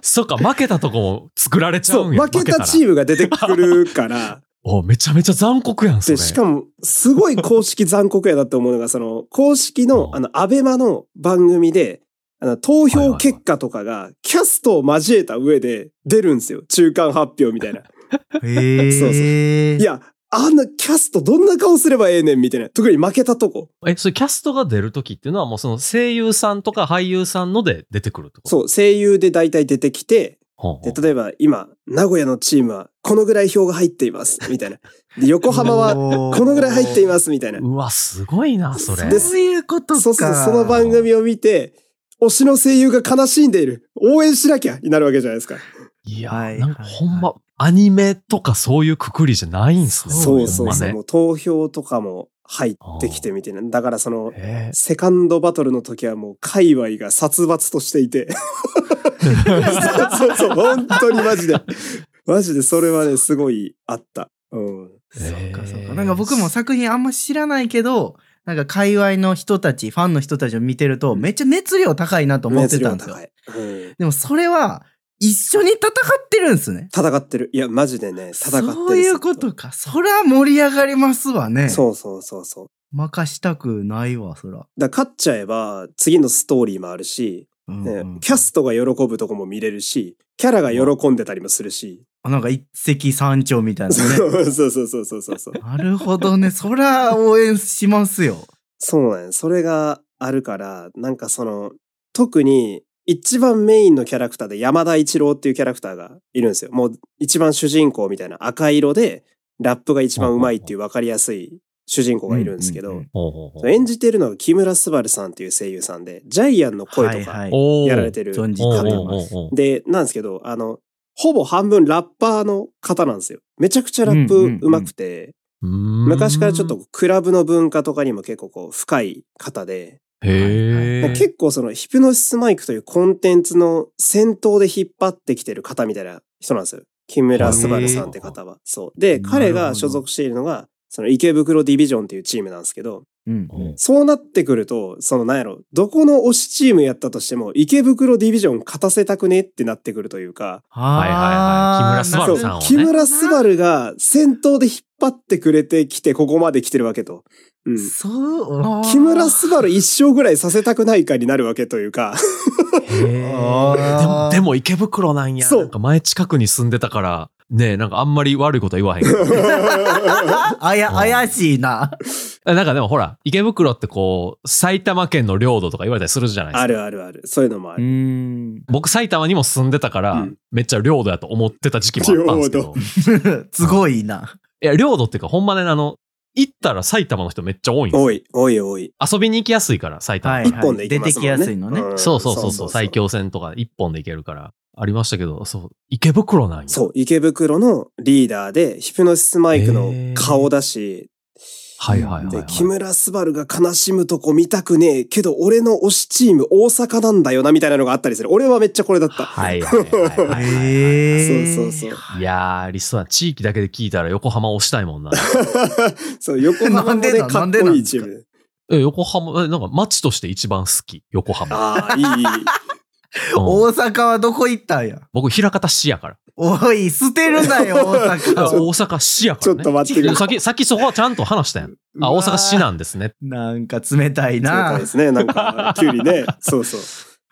そっか、負けたとこも作られちゃそうう、んや。負けたらチームが出てくるから、おめちゃめちゃ残酷やん、それ。で、しかも、すごい公式残酷やなって思うのが、そ の、公式のう、んあの、アベマの番組で、あの、投票結果とかが、キャストを交えた上で出るんですよ。中間発表み たいな。へえ。そうそういや、あんなキャストどんな顔すればええねんみたいな。特に負けたとこ。え、それキャストが出るときっていうのは、もうその声優さんとか俳優さんので出てくるってことそう、声優で大体出てきて、ほうで、例えば今、名古屋のチームはこのぐらい票が入っています、みたいな。で、横浜はここのぐらい入っていまます、みたいな。うわ、すごいな、それ。でそういうことか。そうするとその番組を見て、推しの声優が悲しんでいる。応援しなきゃになるわけじゃないですか。いや、はいなんかほんま、アニメとかそういうくくりじゃないんすね。そうそうほんまそう。ねもう投票とかも入ってきてみたいな。だからその、へセカンドバトルの時はもう界隈が殺伐としていて。 そうそうそう、本当にマジで。マジでそれはね、すごいあった。うん。そうかそうえか。ーなんか僕も作品あんま知らないけど、なんか界隈の人たち、ファンの人たちを見てると、めっちゃ熱量高いなと思ってたんですよ。熱量高い。うんでもそれは、一緒に戦ってるんですね。戦ってる。いや、マジでね、戦ってる。そういうことか。そりゃ盛り上がりますわね。そうそうそうそう。任したくないわ、そら。だから勝っちゃえば、次のストーリーもあるし、うんねうんキャストが喜ぶとこも見れるし、キャラが喜んでたりもするし。あなんか一石三鳥みたいなそね。う そうそうそうそうそう。なるほどね。そら応援しますよ。そうなんやそれがあるから、なんかその、特に一番メインのキャラクターで山田一郎っていうキャラクターがいるんですよ。もう一番主人公みたいな赤色で、ラップが一番うまいっていう分かりやすい主人公がいるんですけううどう、ほうほうほう演じてるのが木村昴さんっていう声優さんで、ジャイアンの声とはかいはい、おーやられてる存じおー方ておりおーまおすー。おーで、なんですけど、あの、ほぼ半分ラッパーの方なんですよ。めちゃくちゃラッうんうんうんプうまくて、うーん昔からちょっと。クラブの文化とかにも結構こう深い方で、へえ。結構そのヒプノシスマイクというコンテンツの先頭で引っ張ってきてる方みたいな人なんですよ。木村昴さんって方は。そう。で、彼なるがほど所属しているのが、その池袋ディビジョンっていうチームなんですけど、うんおーそうなってくると、そのなんやろ、どこの推しチームやったとしても、池袋ディビジョン勝たせたくねってなってくるというか、はいはいはい木村昴さんをね木村昴が先頭で引っ張ってくれてきて、ここまで来てるわけと。うん。そうあー。木村昴一生ぐらいさせたくないかになるわけというか、へーであも、ーでも池袋なんや。そうなんか前近くに住んでたから、ねえ、なんかあんまり悪いことは言わへんけど。あや、怪しいな。なんかでもほら、池袋ってこう、埼玉県の領土とか言われたりするじゃないですか。あるあるある。そういうのもあうる。ん。僕埼玉にも住んでたから、うんめっちゃ領土やと思ってた時期もあったんですけ領ど。 すごいな。いや、領土っていうか、ほんまね、あの、行ったら埼玉の人めっちゃ多いんですよ多い、多い、多い。遊びに行きやすいから、埼玉。はい一本でいけますもんね。出てきやすいのねんそうそうそうそう、埼。京線とか一本で行けるから、ありましたけど、そう、池袋なんや。そう、池袋のリーダーで、ヒプノシスマイクの顔だし、はいはいはい、はでい、。木村昴が悲しむとこ見たくねえけど、俺の推しチーム大阪なんだよな、みたいなのがあったりする。俺はめっちゃこれだった。はいはいはいはいはいはい。 へそうそうそういやー、リスは地域だけで聞いたら横浜押したいもんな。そう、横浜もね、なんでだかなっんでこなんいいですチかーム。え、横浜、えなんか街として一番好き、横浜。ああ、いい、いい。うん大阪はどこ行ったんや。僕、枚方市やから。おい、捨てるな よ、大大阪を。阪市や かちら、ょっね。と待ってくだささっき、さっきそこはちゃんと話したやん。あ、大阪市ん。なんですね。なんか冷たいい。冷たいなで。すね、なんか、キュウリね。そうそう。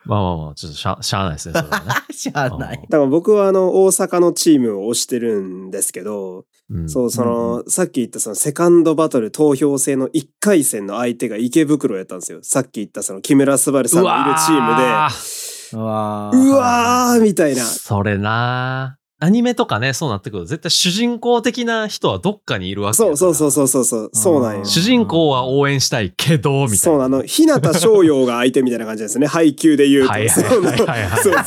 まあまあまあ、ちょっとしゃ、しゃあないですね、それはね。しゃあない。だから僕はあの、大阪のチームを推してるんですけど、うんそう、そうんの、さっき言ったその、セカンドバトル投票制の1回戦の相手が池袋やったんですよ。さっき言ったその、木村昴さんのいるチームで、うわうわーみたいな。それなアニメとかね、そうなってくると、絶対主人公的な人はどっかにいるわけやかそらうそうそうそうそうそう。そうなんよう。主人公は応援したいけど、みたいな。そうなの。日向翔陽が相手みたいな感じですね。配給で言うと。はいはそうないはいはいはい。そうそう。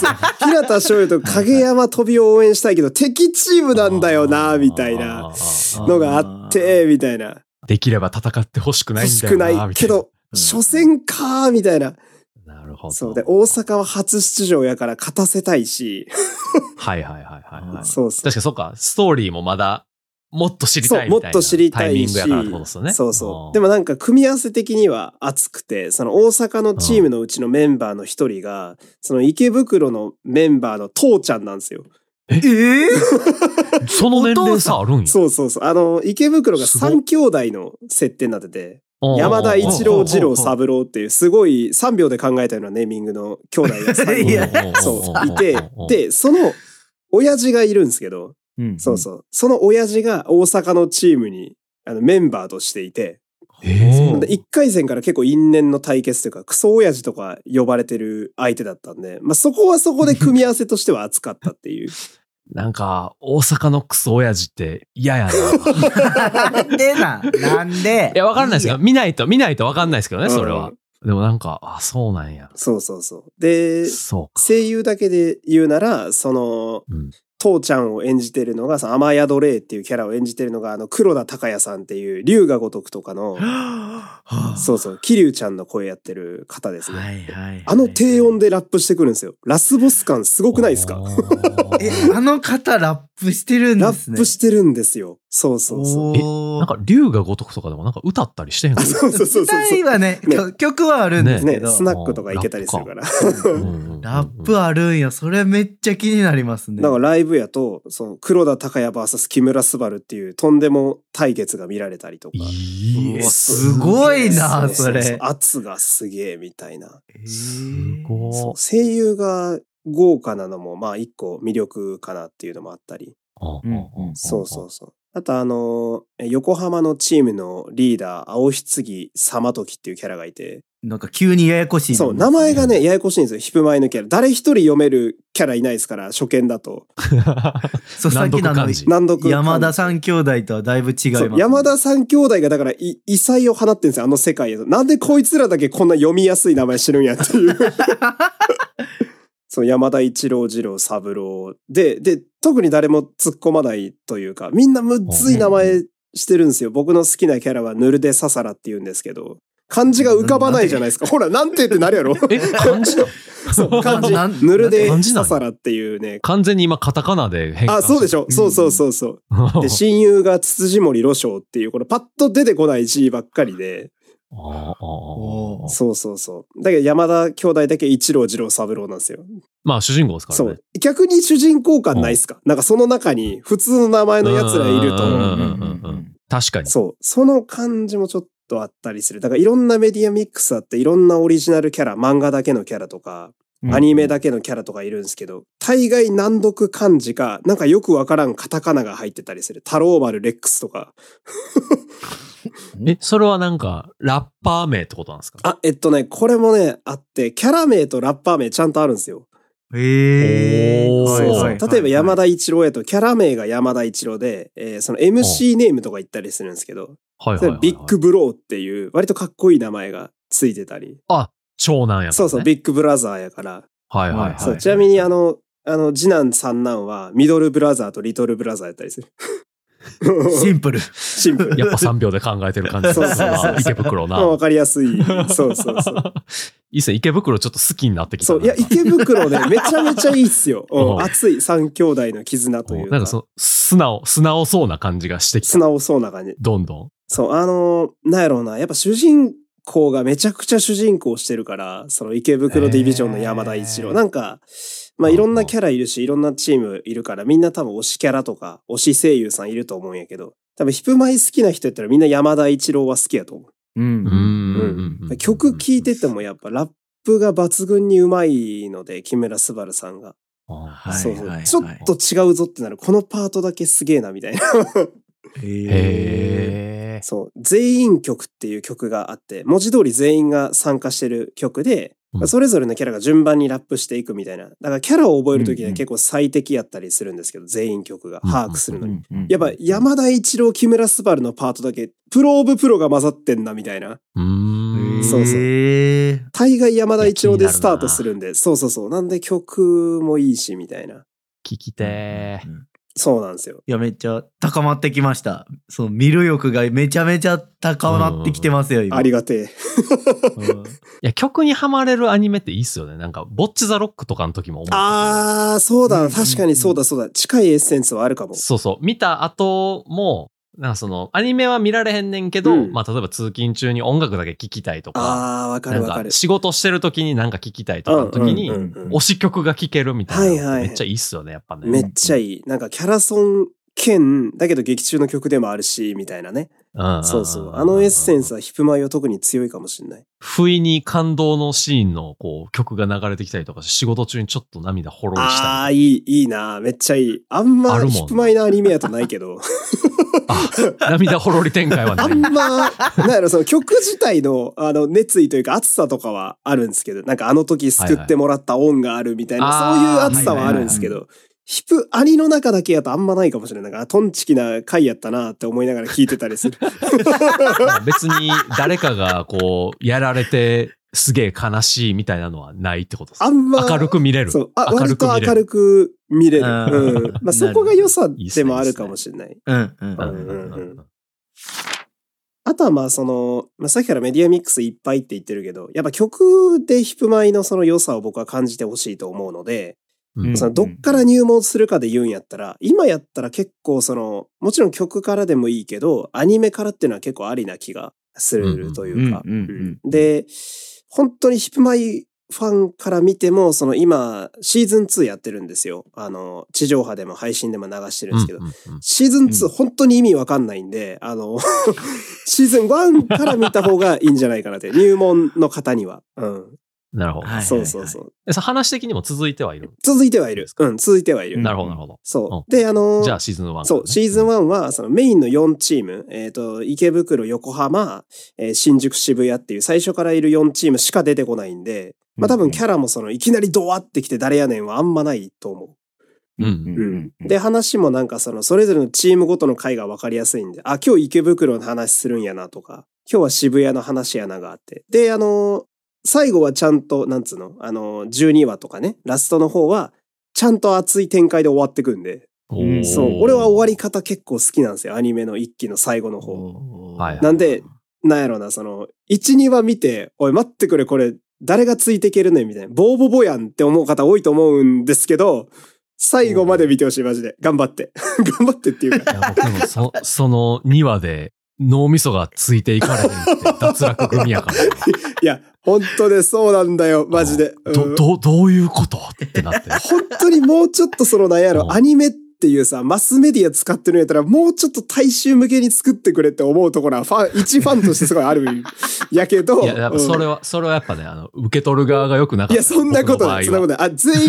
日向翔陽と影山飛びを応援したいけど、敵チームなんだよな、みたいなあー。のがあって、みたいな。できれば戦ってほしくな欲いんしだくよなな。いけど、うん初戦か、みたいな。みたいな。なるほど。そうで、大阪は初出場やから勝たせたいし。はいはいはいはいはい。うん確そうそかにそうか、ストーリーもまだ、もっと知りたいみたいなそうもっと知りたいしタイミングやからってことですよね。そうそう。ででも、もなんか組み合わせ的には熱くて、その大阪のチームのうちのメンバーの一人が、その池袋のメンバーの父ちゃんなんですよ。ええその年齢差あるんや。そうそうそう。あの、池袋がすごい3兄弟の設定になってて、うんうんうん山田一郎、二郎、三う郎っていう、すごい3秒で考えたようなネーミングの兄弟がんうんうん3い人。やそう、いて、、で、その、親父がいるんですけど、うんそうそう。その親父が大阪のチームに、あの、メンバーとしていて、えで1回戦から結構因縁の対決というか、クソ親父とか呼ばれてる相手だったんで、まあそこはそこで組み合わせとしては熱かったっていう。なんか、大阪のクソ親父って嫌 やな。いなんでなんなんでや、わかんないですよ。見ないと、見ないとわかんないですけどね、それうはん。でもなんか、あ、そうなんや。そうそうそう。で、そうか。声優だけで言うなら、その、うん父ちゃんを演じてるのが、その雨宿れっていうキャラを演じてるのが、あの、黒田孝也さんっていう、龍が如くとか の、そうそう、桐生ちゃんの声やってる方ですね。はいはいはいあの低音でラップしてくるんですよ。ラスボス感すごくないですかおー えあの方ラップしてるんでラすねップしてるんですよ。そうそうそう。おーなんか、竜が如くとかでもなんか歌ったりしてへんかそうそうそうそう歌いはねね曲曲はあるんですけね、ど、スナックとか行けたりするから。うんうんうんラップあるんやそれめっちゃ気になりますねだからライブやと、その黒田孝也 VS 木村昴っていうとんでも対決が見られたりとか。いいえうわすごいなううそうれ圧がすげえみたいな。えーすごそうい。声優が豪華なのも、まあ一個魅力かなっていうのもあったり。うんうんそうそうそう。あとあの、横浜のチームのリーダー、青棺様時っていうキャラがいて、なんか急にややこしいそう、名前がねね、ややこしいんですよ。ヒプマイのキャラ。誰一人読めるキャラいないですから、初見だと。 そうさっきのあ難の読漢字難読。山田三兄弟とはだいぶ違いますそう山田三兄弟がだからい異彩を放ってんですよあの世界へとなんでこいつらだけこんな読みやすい名前してるんやって いうそう山田一郎二郎三郎でで特に誰も突っ込まないというかみんなむっずい名前してるんですよ僕の好きなキャラはヌルデササラっていうんですけど漢字が浮かばないじゃないですかほらなんてってなるやろ え、漢字だ。そう漢字なんヌルデ漢字なサのサラっていうね完全に今、カタカナで変換あそうでしょ。ょそうそうそうそう で、親友が辻森露章っていう、このパッと出てこない字ばっかりで、あーあーおあーーそうそうそう。だけど山田兄弟だけ一郎二郎三郎なんですよ。まあ、主人公ですかそらねう。。逆に主人公感ないっすかなんかその中に普通の名前の奴らいるうんと、うんうんうん確かに。そう。その感じもちょっとあったりする。だからいろんなメディアミックスあって、いろんなオリジナルキャラ、漫画だけのキャラとか、アニメだけのキャラとかいるんですけど、大概難読漢字か、なんかよくわからんカタカナが入ってたりする。太郎丸レックスとか。え、それはなんか、ラッパー名ってことなんですかあ、えっとね、これもね、あって、キャラ名とラッパー名ちゃんとあるんですよ。へえおーそうはいそはう。例えば山田一郎やと、キャラ名が山田一郎で、えーその MC ネームとか言ったりするんですけど、はいそはいれはいは。はいビッグブローっていう、割とかっこいい名前がついてたり。あ、長男やからね。そうそう、ビッグブラザーやから。はいはいはい。そう、ちなみにあの、あの、次男三男は、ミドルブラザーとリトルブラザーやったりする。シンプル シンプル。やっぱ3秒で考えてる感じですそうそうそうな池袋まなあ。わかりやすい。そう そうそう。いいっすね。池袋ちょっと好きになってきたそな。う、いや、池袋ね、めちゃめちゃいいっすよ。ううんん、熱い三兄弟の絆というなんかその、素直、素直そうな感じがしてき素た。直そうな感じ。どんどん。そう、あのーなんやろうな、やっぱ主人公がめちゃくちゃ主人公してるから、その池袋ディビジョンの山田一郎。へーなんか、まあいろんなキャラいるし、いろんなチームいるから、みんな多分推しキャラとか、推し声優さんいると思うんやけど、多分ヒプマイ好きな人やったらみんな山田一郎は好きやと思ううんう。んうん。曲聴いててもやっぱラップが抜群にうまいので、木村昴さんが。あ。はいそうそうはいちょっと違うぞってなる。このパートだけすげえな、みたいな。へえへえ。そう、全員曲っていう曲があって、文字通り全員が参加してる曲で、うんそれぞれのキャラが順番にラップしていくみたいな。だからキャラを覚えるときにうんはうん結構最適やったりするんですけど、全員曲がうんうん把握するのに。ややっぱ山田一郎、木村昴のパートだけ、プロオブプロが混ざってんなみたいな。うーん。そうそうへー大概山田一郎いでや気スにタなるーなトするんで、そうそうそう。なんで曲もいいし、みたいな。聞きてー。そうなんですよ。いや、めっちゃ高まってきました。その見る欲がめちゃめちゃ高まってきてますよ、今。ありがてえ。うんいや、曲にハマれるアニメっていいっすよね。なんか、ボッチザロックとかの時も思ったけどあー、そううんだ。うん確かにそうだそうだ。近いエッセンスはあるかも。そうそう。見た後も、なんかその、アニメは見られへんねんけど、うんまあ、例えば通勤中に音楽だけ聴きたいとか、あー、わかなるんわかかる。仕事してる時になんか聴きたいとかの時に、うんうんうん推し曲が聴けるみたいなのってはいはいめっちゃいいっすよね、やっぱね。めっちゃいい。なんかキャラソン兼、だけど劇中の曲でもあるし、みたいなね。うんんそうそう。あのエッセンスはヒプマイは特に強いかもしれない。不意に感動のシーンのこう曲が流れてきたりとかして仕事中にちょっと涙ほろりしたああー、いい、いいな。めっちゃいい。あんあまるもんヒップマイなアニメやとないけ ど、り涙ほろり展開はあねんま、なんやろ、その曲自体の、あの、熱意というか熱さとかはあるんですけど、なんかあの時救ってもらった恩があるみたいな、はいはそいういう熱さはあるんですけど、ヒップアニの中だけやとあんまないかもしれない。なんか、トンチキな回やったなって思いながら聞いてたり する。別に誰かがこうやられてすげえ悲しいみたいなのはないってことですあんま、明るく見れるそう。あ、明割るくと見れる明るく見れる。あーうん。まあ、そこが良さいいっですねもあるかもしれない。うんうん。ううんんうんうんうんあとはまあその、まあ、さっきからメディアミックスいっぱいって言ってるけど、やっぱ曲でヒップマイのその良さを僕は感じてほしいと思うので、うんうんそのどっから入門するかで言うんやったら、今やったら結構その、もちろん曲からでもいいけど、アニメからっていうのは結構ありな気がするというか。うんうんうんうんで、本当にヒップマイファンから見ても、その今、シーズン2やってるんですよ。あの、地上波でも配信でも流してるんですけど、うんうんうんシーズン2、うん本当に意味わかんないんで、あの、 シーズン1から見た方がいいんじゃないかなって、入門の方には。うん。なるほど。はいそうそうそう。えさ話的にも続いてはいる。続いてはいる。うん、続いてはいる。うんなるほど、なるほど。そう。で、あの、じゃあシーズン1、そう、シーズン。1は、そのメインの4チーム、えっ、と、池袋、横浜、えー新宿、渋谷っていう最初からいる4チームしか出てこないんで、まあ多分キャラもその、いきなりドワってきて誰やねんはあんまないと思う。うんで、話もなんかその、それぞれのチームごとの回が分かりやすいんで、あ、今日池袋の話するんやなとか、今日は渋谷の話やながあって。で、あのー最後はちゃんと、なんつうの、あのー12話とかね、ラストの方は、ちゃんと熱い展開で終わってくんで、おーそう、俺は終わり方結構好きなんですよ、アニメの一期の最後の方。はいなんで、なんやろな、その、1、2話見て、おい、待ってくれ、これ、誰がついていけるねんみたいな、ボーボボやんって思う方多いと思うんですけど、最後まで見てほしい、マジで。頑張って。 頑張ってっていうか。いや僕もそ、 その2話で脳みそがついていかれへん って脱落組やから。いや、本当でそうなんだよ、マジで。うんど、ど、どういうことってな って。本当にもうちょっとその、なんやうんろ、アニメっていうさ、マスメディア使ってるんやったら、もうちょっと大衆向けに作ってくれって思うところは、ファン、一ファンとしてすごいあるんやけど、いや、やっぱそれは、それはやっぱね、あの、受け取る側が良くなかいや、った。そんなことない。そんなことない。あ、全員、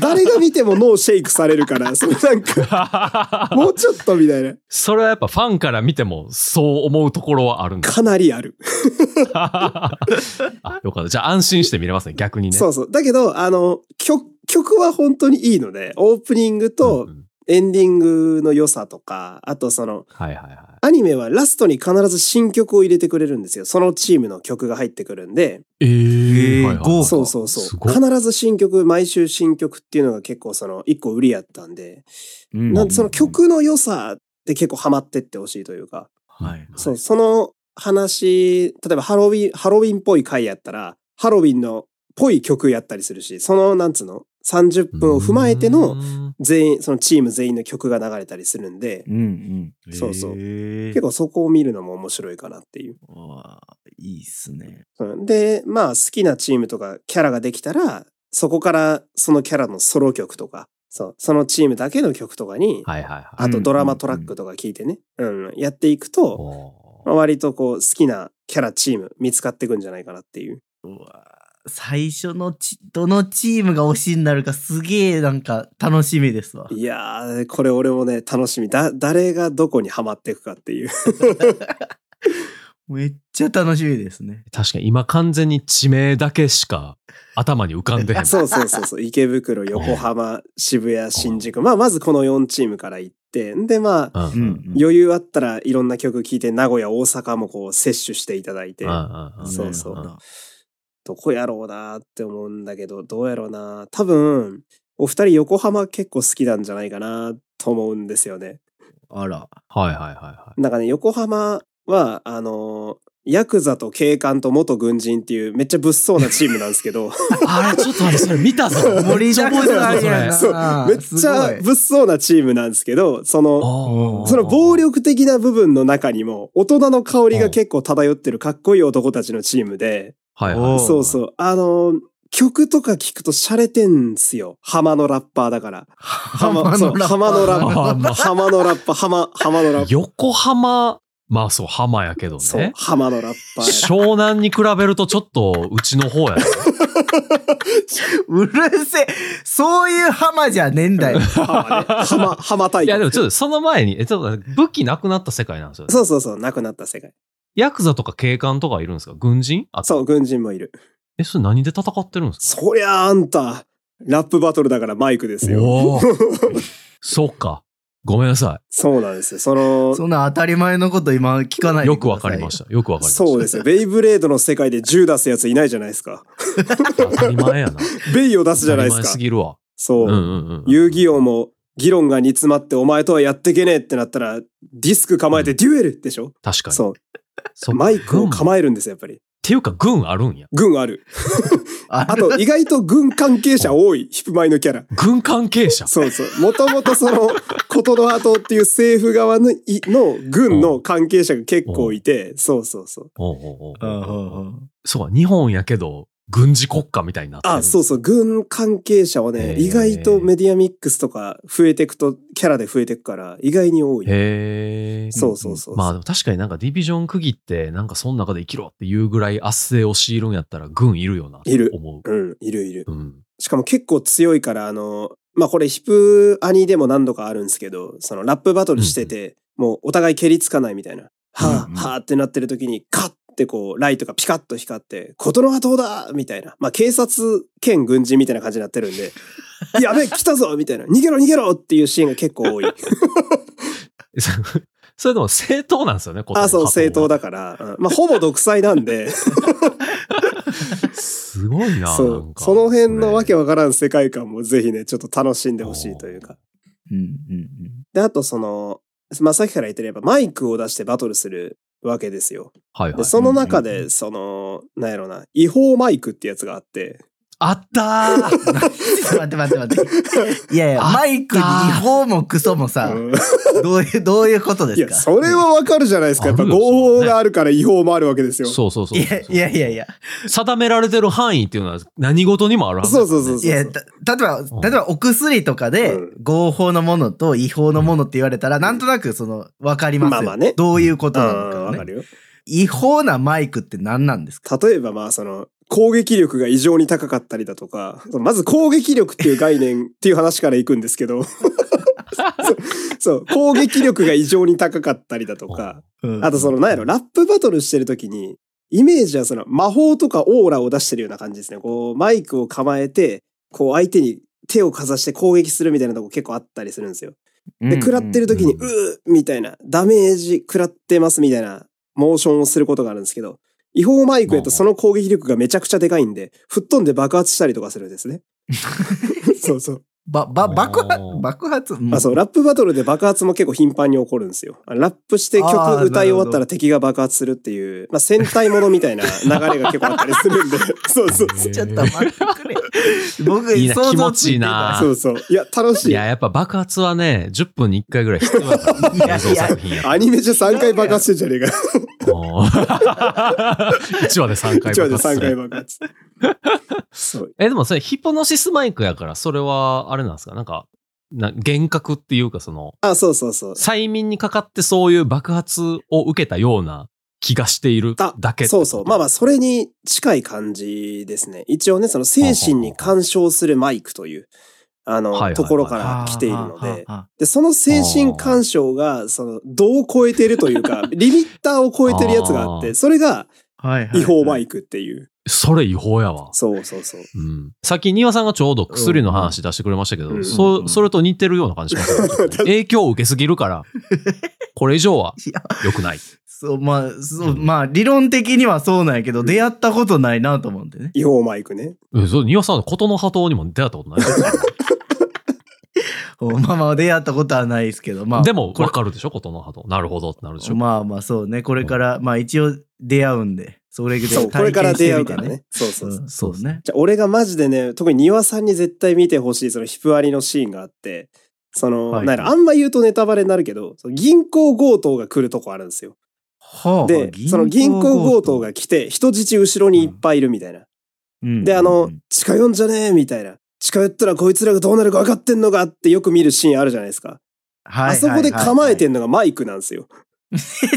誰が見ても脳シェイクされるから、そのなん か、ともうちょっとみたいな。それはやっぱファンから見てもそう思うところはある んだ。かなりある。あ、よかった。じゃあ安心して見れますね、逆にね。そうそう。だけど、あの、曲、曲は本当にいいので、オープニングとんんエンディングの良さとか、あとその、はいはいはい。アニメはラストに必ず新曲を入れてくれるんですよ。そのチームの曲が入ってくるんで、えーえーはいはい豪華そうそうすそう。ごい必ず新曲、毎週新曲っていうのが結構その、一個売りやったんで、うんなんでその、曲の良さって結構ハマってってほしいというか、はいそう、その話、例えばハロウィン、ハロウィンっぽい回やったら、ハロウィンのっぽい曲やったりするし、その、なんつうの、30分を踏まえてうのん全員、そのチーム全員の曲が流れたりするんで、うんうん。そうそう結結構そこを見るのも面白いかなっていう。構、いいっすね。うんで、まあ好きなチームとかキャラができたら、そこからそのキャラのソロ曲とか、そうそのチームだけの曲とかに、はいはいはい。あとドラマトラックとか聞いてね、うん、やっていくと、おーまあ割とこう好きなキャラチーム見つかっていくんじゃないかなっていう。うわ最初のち、どのチームが推しになるかすげえなんか楽しみですわ。いやー、これ俺もね、楽しみ。だ、誰がどこにハマっていくかって いう。めっちゃ楽しみですね。確かに今完全に地名だけしか頭に浮かんでへん。そうそうそうそう。池袋、横浜、渋谷、新宿。まあ、まずこの4チームから行って、んでまあ、うんうんうん余裕あったらいろんな曲聴いて、名古屋、大阪もこう摂取していただいて、うんうんそうそうなるほどどこやろうなーって思うんだけど、どうやろうなー多分、お二人横浜結構好きなんじゃないかなーっと思うんですよね。あら。はいはいはいはなんかね、横浜は、あのーヤクザと警官と元軍人っていうめっちゃ物騒なチームなんですけど、い。あれ、ちょっと待って、それ見たぞ。盛りだくさんやな。そうめっちゃ物騒なチームなんですけど、その、あーその暴力的な部分の中にも、大人の香りが結構漂ってるかっこいい男たちのチームで、はいはい。そうそう、あのー曲とか聞くと洒落てんすよ。浜のラッパーだから。浜浜そうのラッパー浜のラッパあーまー。浜のラッパー。浜、浜のラッパー。横浜、まあそう、浜やけどそうね、。浜のラッパーや。湘南に比べるとちょっとうちの方 やね。うるせえ。そういう浜じゃねえんだよ。浜ね浜、浜大いやでも国。ちょっとその前に、え、ちょっと待って武器なくなった世界なんですよね。そうそうそう、なくなった世界。ヤクザとか警官とかいるんですか軍人あそう、軍人もいる。え、それ何で戦ってるんですかそりゃああんた、ラップバトルだからマイクですよ。おーそうか。ごめんなさそうなんですよ。その、そんな当たり前のこと今聞かないい。でよださくいわかりました。よくわかりました。そうですよ。ベイブレードの世界で銃出すやついないじゃないです か。当たり前や な。ベイを出すじゃないで当たり前すすか。ぎるわ。そうう。んうんうん。遊戯王も、議論が煮詰まってお前とはやってけねえってなったら、ディスク構えてデュエルでしょ、確かに。そ。そうっかマイクを軍っ構えるんですよ、やっぱり。ていうか、軍あるんや。軍ある。ああと、意外と軍関係者 多い、ヒプマイのキャラ。軍関係者。そうそう。もともとその、ことのハトっていう政府側のいの軍の関係者が結構いて、そうそうそう。おうおううおんううおうんうんそうか、日本やけど、軍事国家みたいになってる。あ、そうそう。軍関係者はねへ、ー意外とメディアミックスとか増えてくと、キャラで増えてくから、意外に多い。へえ。そうそうそう。まあでも確かになんかディビジョン区切ってなんかその中で生きろっていうぐらい圧政を強いるんやったら軍いるよなっている思うん、いるいる。う。うん。しかも結構強いから、あの、まあこれヒプアニでも何度かあるんですけど、そのラップバトルしてて、もうお互い蹴りつかないみたいな、はうんうんぁ、はぁってなってる時に、カッってこう、ライトがピカッと光って、ことのはどうだみたいな。まあ警察兼軍人みたいな感じになってるんで、やべ、来たぞみたいな。逃げろ逃げろっていうシーンが結構多い。えそ それでも正当なんですよね、こあ、そう、正当だ。だから。うんまあほぼ独裁なん で、すごいな。そなんう、かその辺のわけは。わからん世界観もぜひね、ちょっと楽しんでほしいというか。うんうんで、あとその、まあ、さっきから言ってるやっぱマイクを出してバトルするわけですよ。はいはで、い。その中うんうんうで、その、なんやろな、違法マイクってやつがあって、あったーちょっと待って待って待って。いやいや、あったマイクに違法もクソもさ、うんどういう、どういうことでいすや、かそれはわかるじゃないですか。やっぱあ合るよ法があるから違法もあるわけ ですよ。そうそうそういそやういやいやいや。定められてる範囲っていうのは何事にもあるはずだからそうそういや、た例えば、例えばお薬とかでうん合法のものと違法のものって言われたら、なんとなくその、わかりますよ。まあまあねどういうことうんなのかわはかね。るよ。違法なマイクって何なんですか例えば、まあ、その、攻撃力が異常に高かったりだとか、 まず攻撃力っていう概念っていう話からいくんですけど、そうそう、攻撃力が異常に高かったりだとか、あとその、なんやろ、ラップバトルしてる時に、イメージはその魔法とかオーラを出してるような感じですね。こう、マイクを構えて、こう相手に手をかざして攻撃するみたいなとこ結構あったりするんですよ。で、食らってる時に、うんうーみたいな、ダメージ食らってますみたいな、モーションをすることがあるんですけど、違法マイクやとその攻撃力がめちゃくちゃでかいんで、吹っ飛んで爆発したりとかするんですね。そうそう。ば、ば、爆発お、ー爆発、あ、そう、ラップバトルで爆発も結構頻繁に起こるんですよ。あラップして曲あー歌い終わっなたるほら敵が爆発するっていう、まあ戦隊ものみたいな流れが結構あったりするんで、そうそうそう。ちょっと待って くれ。僕、いいな想像つてた気持ちいいなそうそう。いや、楽しいい。や、やっぱ爆発はね、10分に1回ぐらい必要だから、いやいや映像作品やとアニメじゃ3回爆発してんじゃねえか。 1話で3回一話爆で発す3回る。爆発。そう。え、でもそれヒポノシスマイクやから、それは、あれなんですかなんか、な幻覚っていうか、その、あ、そうそうそう。催眠にかかってそういう爆発を受けたような気がしているだだけ。そうそう。まあまあ、それに近い感じですね。一応ね、その精神に干渉するマイクという、あはいはいはの、いところから来ているので、で、その精神干渉が、その、度を超えてるという か、リミッターを超えてるやつがあっあて、ーそれが違法マイイクっていう。それ違法やわ。そうそうそう。うん。さっき庭さんがちょうど薬の話出してくれましたけど、うんそ、それと似てるような感 じしますよね影響を受けすぎるから、これ以 上はいや良くない。ク。そう、まあ、そう、まあ、理論的にはそうなんやけど、出会ったことないなと思うんでね。違法マイクね。 え、そう、庭さん、ことの波頭にも出会ったことない。おまあまあ出会ったことはないですけど、まあ。でも、これわかるでしょことの葉と。なるほどってなるでしょまあまあそうね。これから、まあ一応出会うんで、それぐらそ、いうこれ体から験して出会うみかてらねね。。そうそうそううんそうね。じゃあ俺がマジでね、特に庭さんに絶対見てほしい、そのヒプアリのシーンがあって、その、はいなんやろあんま言うとネタバレになるけど、その銀行強盗が来るとこあるんですよ。はあで、その銀行強盗、が来て、人質後ろにいっぱいいるみたいな。うんで、あうのん、近寄んじゃねえみたいな。近寄ったらこいつらがどうなるか分かってんのかってよく見るシーンあるじゃないですか。はあいそこで構えてんんのがマイクなんですよ。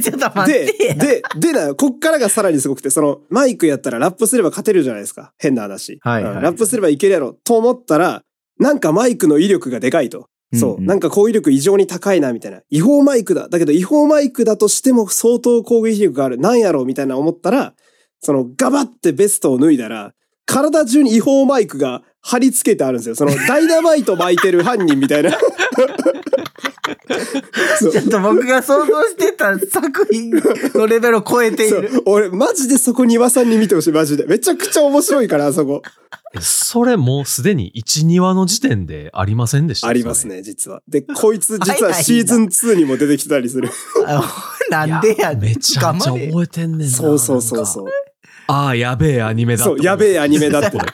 ちょっと待っでて、や。で、でな、こっからがさらにすごくて、その、マイクやったらラップすれば勝てるじゃないですか。変な話。はいはいうんラップすればいけるやろ。と思ったら、なんかマイクの威力がでかいと。そう。うんうんなんか攻撃力異常に高いな、みたいな。違法マイクだ。だけど違法マイクだとしても相当攻撃力がある。なんやろうみたいな思ったら、その、ガバってベストを脱いだら、体中に違法マイクが貼り付けてあるんですよ。その、ダイナマイト巻いてる犯人みたいな。そうちょっと僕が想像してた作 品のレベルを超えていそる。う俺マジでそこ庭さんに見てほしいマジでめちゃくちゃ面白いからあそこそれもうすでに1、2話の時点でありませんでしたあります。ね実はでこいつ実は早いなシーズン2にも出てきたりするあそれなんでやいめちゃめちゃ黙れ覚えてんねんな。そうそうそうそうう。ああ、やべえアニメだそうやべえアニメだってこ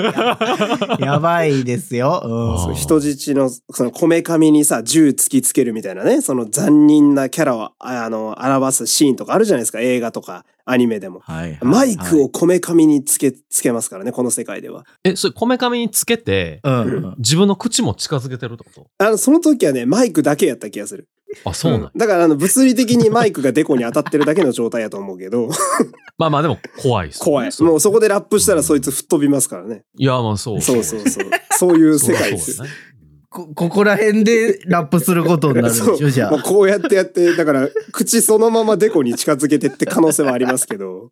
れ。やばいですよ。うんあそう人質のそのこめかみにさ銃突きつけるみたいなねその残忍なキャラをああの表すシーンとかあるじゃないですか映画とかアニメでもはいはいマイクを。こめかみにつけつけますからねこの世界ではえ、それ、こめかみにつけて、はいうん。自分の口も近づけてるってこあのその時はねマイクだけやった気がするとあ、そうなんやだからあの物理的にマイクがデコに当たってるだけの状態やと思うけどまあまあ、でも 怖いっす、怖い。それ もうそこでラップしたらそいつ吹っ飛びますからね。いや、まあそう。そうそうそう。そういう世界ですそよ。うねこ、ここら辺でラップすることになるんでしそょ、う じゃまああ。こうやってやって、だから、口そのままデコに近づけてって可能性はありますけ ど。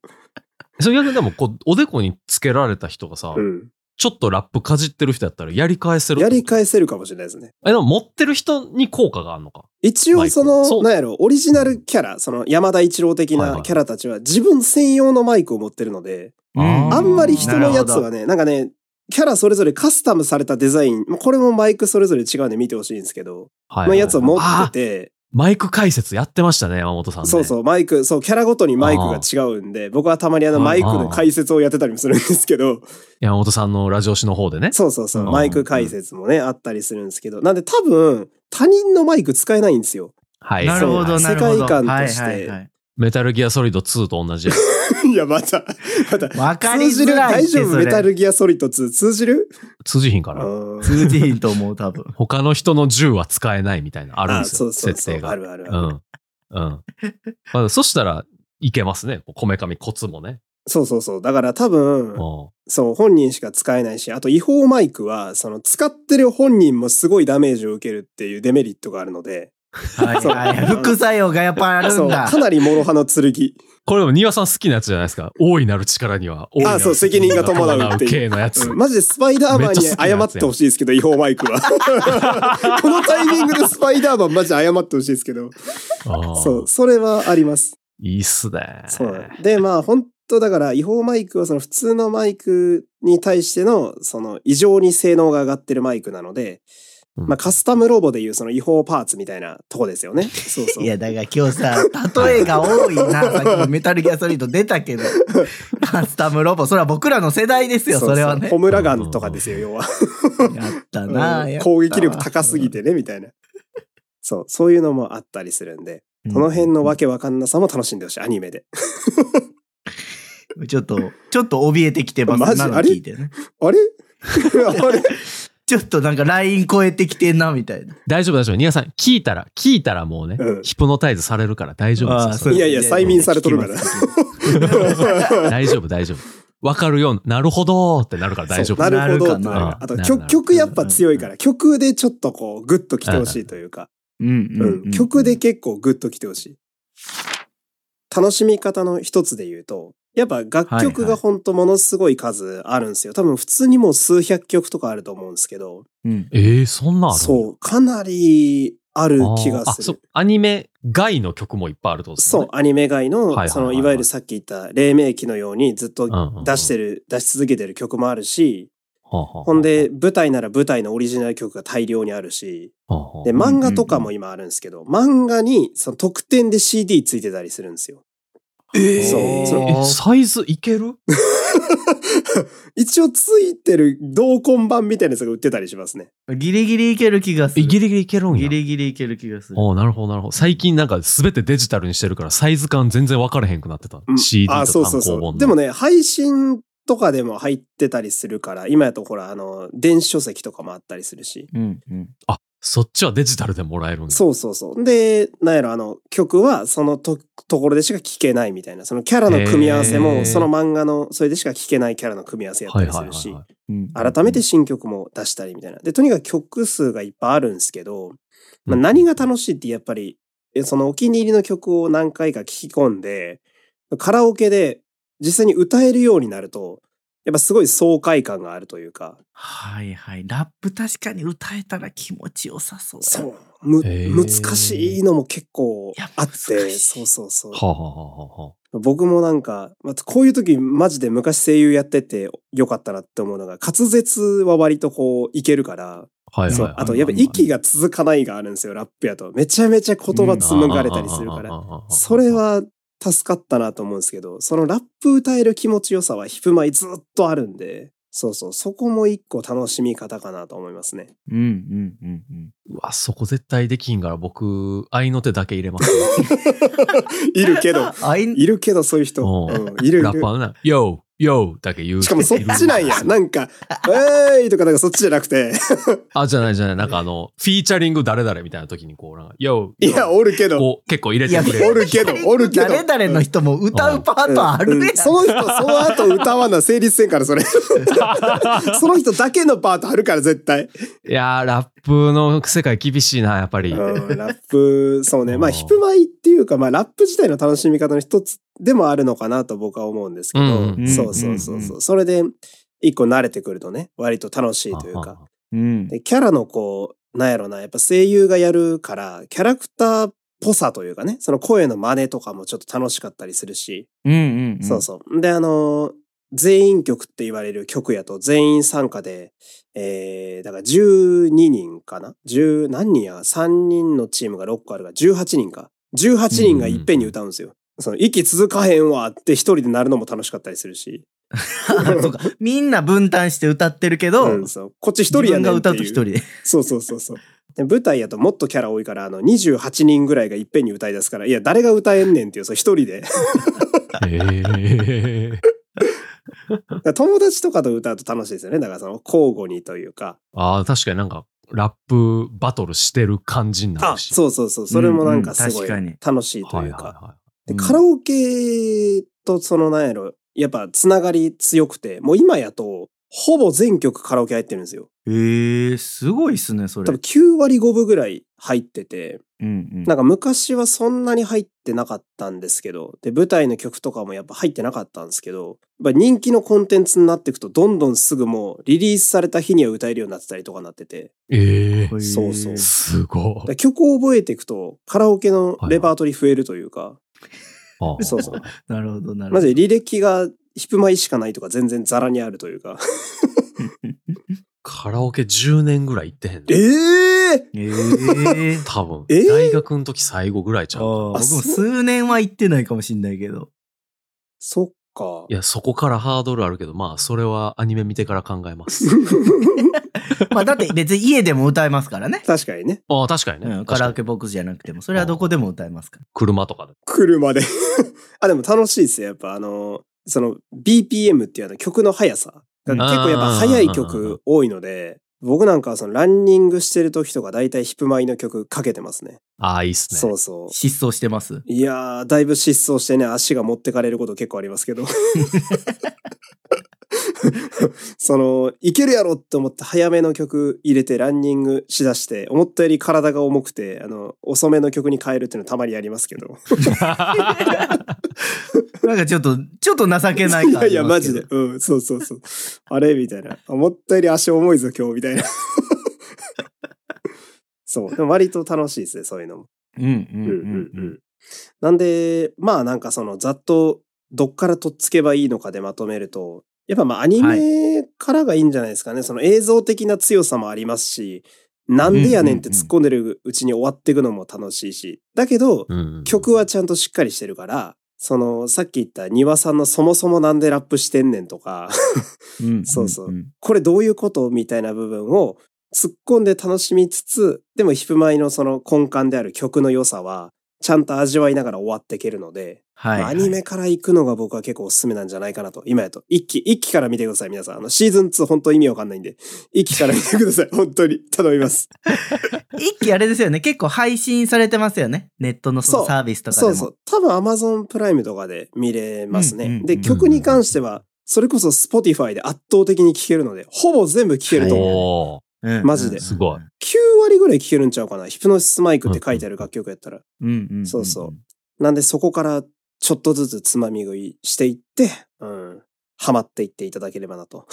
それ逆にでもこう、おでこにつけられた人がさ、うん。ちょっとラップかじってる人やったらやり返せる。やり返せるかもしれないですね。え、でも持ってる人に効果があるのか。一応そマイのク、そうなんやろ、オリジナルキャラ、その山田一郎的はいはないキャラたちは自分専用のマイクを持ってるので、うんあんまり人のやつなはね、なんかね、キャラそれぞれカスタムされたデザイン、まあこれもマイクそれぞれ違うんで見てほしいんですけど、はいのやつを持あってーて、マイク解説やってましたね、山本さん、ね。そうそう、マイク、そう、キャラごとにマイクが違うんで、僕はたまにあの、あーマイクの解説をやってたりもするんですけど、山本さんのラジオ誌の方でね。そうそうそう、うんマイク解説もね、あったりするんですけど、なんで多分、他人のマイク使えないんですよ。 はい。なるほそど、う世な界るほど。観としてはいはいはいメタルギアソリッド2と同じやつ。いや、また、また、わかり通じづるら大いって丈夫それメタルギアソリッド2通じる通じひんかあら。ー通じひんと思う、多分。他の人の銃は使えないみたいな、あるんあ、ですよ、そうそう設そ定う、が。あるあるあうる。ん。うん。まあ、そしたら、いけますね。こめかみコツもね。そうそうそう。だから多分、うんそう、本人しか使えないし、あと違法マイクは、その、使ってる本人もすごいダメージを受けるっていうデメリットがあるので、はいはいはい。そう副作用がやっぱあるそんう、だか。なり諸刃の剣。これでも、庭さん好きなやつじゃないですか。大いなる力には。大いなるそう責任が伴うっていう系のやつうん。マジでスパイダーマンに謝ってほしいですけど、違法マイクは。 このタイミングでスパイダーマンマジで謝ってほしいですけど。ああそう、それはあります。いいっすね。そうなの。で、まあ本当だから違法マイクはその普通のマイクに対しての、その異常に性能が上がってるマイクなので、うんまあカスタムロボでいうその違法パーツみたいなとこですよ ね。そうそう。いや、だから今日さ、例えが多いな。さっきもメタルギアソリッド出たけど。カスタムロボ。それは僕らの世代ですうよ、うそれはねホ。ムラガンとかですよ、要は。やった な。やったわ攻撃力高すぎ。てね、みたいな。そう、そういうのもあったりするんで、うんこの辺のわけわかんなさも楽しんでほしい、アニメで。ちょっと、ちょっと怯えてきてます。マジ今のあれ聞いてね。あれ あ れちょっとなんかライン超えてきてんな、みたいな。大丈夫、大丈夫。ニアさん、聞いたら、聞いたらもうね、うんヒプノタイズされるから大丈夫あであすそよ。ういやいや、催眠されとるから。大丈夫、大丈夫。わかるようになるほどーってなるから大丈夫。 なるほどってななるかるなあとなるな曲、る曲やっぱ強いから、曲でちょっとこう、グッと来てほしいというか、うんううんうんん、曲で結構グッと来てほしい。楽しみ方の一つで言うと、やっぱ楽曲はいはがいほんとものすごい数あるんですよ。多分普通にもう数百曲とかあると思うんですけど、うんええ、そんなあるそう、かなりあるあー気があすそうる。アニメ外の曲もいっぱいあるってことですそねう、。アニメ外はいはいはいはの、いその、いわゆるさっき言った黎明期のようにずっとうんうんうん出してる、出し続けてる曲もあるし、はあはあほんで、舞台なら舞台のオリジナル曲が大量にあるし、はあはあで、漫画とかも今あるんですけど、漫画にその特典で CD ついてたりするんですよ。えそうそえサイズいける一応ついてる同梱版みたいなやつが売ってたりしますね。ギリギリいける気がすえる。ギリギリいけるんやギリギリいける気がする。おーなるほどなるほど最近なんか全てデジタルにしてるからサイズ感全然分からへんくなってた、うん CD とあ単そう行そうそ本のう。でもね、配信とかでも入ってたりするから、今やとほら、あの、電子書籍とかもあったりするし。うんうん。あそっちはデジタルでもらえるんだそうそうそう。で、なんやろ、あの、曲はそのとところでしか聴けないみたいな、そのキャラの組み合わせへも、ーその漫画の、それでしか聴けないキャラの組み合わせやったはいりはすいはるいし、はいうん改めて新曲も出したりみたいな。で、とにかく曲数がいっぱいあるんですけど、まあ、うん何が楽しいってやっぱり、えそのお気に入りの曲を何回か聴き込んで、カラオケで実際に歌えるようになると、やっぱすごい爽快感があるというか、はいはい。ラップ確かに歌えたら気持ちよさそう。そう、む、へー難しいのも結構いやあっ難て、しいそうそうそう。はあはあはあはあ僕もなんか、まあ、こういう時マジで昔声優やっててよかったなって思うのが、滑舌は割とこういけるから、はいはいそはいうあとやっぱ息が続かないがあるんですよ、ラップやと。めちゃめちゃ言葉紡がれたりするから。らそれは助かったなと思うんですけど、そのラップ歌える気持ちよさはヒプマイずっとあるんで、そうそう、そこも一個楽しみ方かなと思いますね。うんうんうんうん。うわそこ絶対できんから僕合いの手だけ入れますいるけ ど、あいいるけどそういう人、おううん、いるいラッるパ。ーな「YO!YO!」YO だけ言うしかもそっちなんや。なんか、えーいとかなんかそっちじゃなくて、あじゃないじゃないなんかあのフィーチャリング誰々みたいな時にこうなんか「YO!」いや、おるけど、こう結構入れてくれいやおるけどおるけど誰々の人も歌うパートあるうねん。その人、その後歌わな成立せん から、それ。その人だけのパートあるから、絶対。いやーラップの世界厳しいなやっぱり、うん、ラッ プ、そうね。まあ、うんヒップマイっていうか、まあ、ラップ自体の楽しみ方の一つでもあるのかなと僕は思うんですけど、うんそうそうそううんうそう。それで、一個慣れてくるとね、割と楽しいというか。うんでキャラのこう、なんやろな、やっぱ声優がやるから、キャラクターっぽさというかね、その声の真似とかもちょっと楽しかったりするし、うんうん。そうそう。で、あのー全員曲って言われる曲やと全員参加で、えー、だから12人かな ?10 何人や ?3 人のチームが6個あるから18人か。18人がいっぺんに歌うんですよ。その息続かへんわって一人でなるのも楽しかったりするし。あそうか。みんな分担して歌ってるけど、うん、そう。こっち一自人や分ねがんって歌いうと一人で。そうそうそうそう。で舞台やともっとキャラ多いから、あの、28人ぐらいがいっぺんに歌い出すから、いや、誰が歌えんねんっていう、そう、一 人で。えーだから友達とかと歌うと楽しいですよね。だから、その、交互にというか。あー確かになんかラップバトルしてる感じになあるしそうそうそう。それもなんかすうんうごんい確かに楽しいとはいいうはいか。はでカラオケとそのなんやろ、やっぱつながり強くて、もう今やと、ほぼ全曲カラオケ入ってるんですよ。えー、すごいっすね、そ多れ。分9割5分ぐらい入ってて、うんうんなんか昔はそんなに入ってなかったんですけど、で、舞台の曲とかもやっぱ入ってなかったんですけど、やっぱ人気のコンテンツになっていくと、どんどんすぐもうリリースされた日には歌えるようになってたりとかなってて、いえー、そうそうすごだから曲を覚えていくと、カラオケのレパートリー増えるというか、いそうそう。なるほど、なるほマど。ジで履歴がヒップマイしかないとか全然ザラにあるというか。カラオケ10年ぐらい行ってへんえの。ええー多分、えー大学の時最後ぐらいちあゃーう僕もそう数年は行ってないかもしんない けど。そっか い。やそこからハードルあるけどまあそれはアニメ見てから考えます まあだって別に家でも歌えますからね。確かにね。ああ確かにね、うん、カラ確かオにケボックスじゃなくても、それはどこでも歌えますから。車とかで車で。 あ、でも楽しいですよ。やっぱあの、その BPM っていうあの曲の速さが結構やっぱ速い曲多いので、僕なんかはそのランニングしてる時とか大体ヒップマイの曲かけてますね。ああいいっすねそうそう。失踪してます。いやー、だいぶ失踪してね、足が持ってかれること結構ありますけど。 その、いけるやろって思って早めの曲入れてランニングしだして、思ったより体が重くて、あの、遅めの曲に変えるっていうのたまにやりますけど。なんかちょっと、ちょっと情けない感 いじ。やいや、マジで。。うん、そうそうそう。あれみたいな。思ったより足重いぞ、今日、みたいな。そう。でも割と楽しいですね、そういうのも。うんうんううんんうんう。うんんなんで、まあなんかそのざっとどっからとっつけばいいのかでまとめると、やっぱまあアニメからがいいんじゃないですかね。その映像的な強さもありますし、なんでやねんって突っ込んでるうちに終わっていくのも楽しいし。だけど、 うん曲はちゃんとしっかりしてるから、その、さっき言った庭さんのそもそもなんでラップしてんねんとか、うんそうそううんこれどういうことみたいな部分を突っ込んで楽しみつつ、でもヒプマイのその根幹である曲の良さは、ちゃんと味わいながら終わっていけるので、はい、まあアニメから行くのが僕は結構おすすめなんじゃないかなと。今やと。一期、一期から見てください、皆さん。あの、シーズン2本当意味わかんないんで、 一期から見てくだ さい。本当に。頼みます。一気あれですよね。結構配信されてますよね。ネットのそそのうサービスとかでそも。うそう。多分 Amazon プライムとかで見れますね。うんうんうんで、曲に関しては、それこそ Spotify で圧倒的に聴けるので、ほぼ全部聴けると思う。おーうんマジでうんすごい。 9割ぐらい聴けるんちゃうかな。ヒプノシスマイクって書いてある楽曲やったら。うんうんんそうそなんでそこからちょっとずつつまみ食いしていって、うん。ハマっていっていただければなと。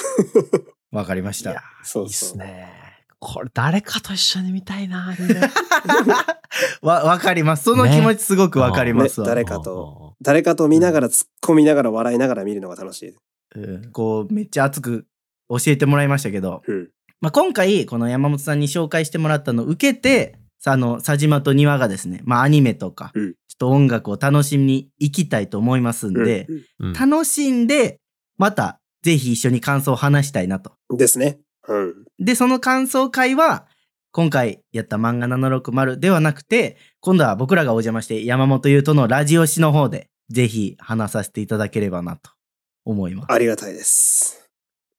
う。わかりましいやた。そいういっそうす。ね。これ誰かと一緒に見たいな。アニメ わ、わかります。その気持ちすごくわかりますわ。ね 誰かと誰かと見ながら突っ込みながら笑いながら見るのが楽しい。うんこう、めっちゃ熱く教えてもらいましたけど、うん。まあ、今回、この山本さんに紹介してもらったのを受けて、さあの、佐島と庭がですね、まあ、アニメとか、うんちょっと音楽を楽しみに行きたいと思いますんで、うん楽しんで、また、ぜひ一緒に感想を話したいなと。うんですね。うん。で、その感想会は、今回やった漫画760ではなくて、今度は僕らがお邪魔して山本優とのラジオ誌の方で、ぜひ話させていただければなと思います。ありがたいです。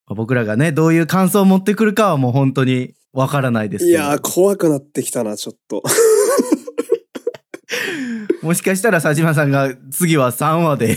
僕らがね、どういう感想を持ってくるかはもう本当にわからないですいけど。やー、怖くなってきたな、ちょっと。もしかしたら佐島さんが次は3 話で、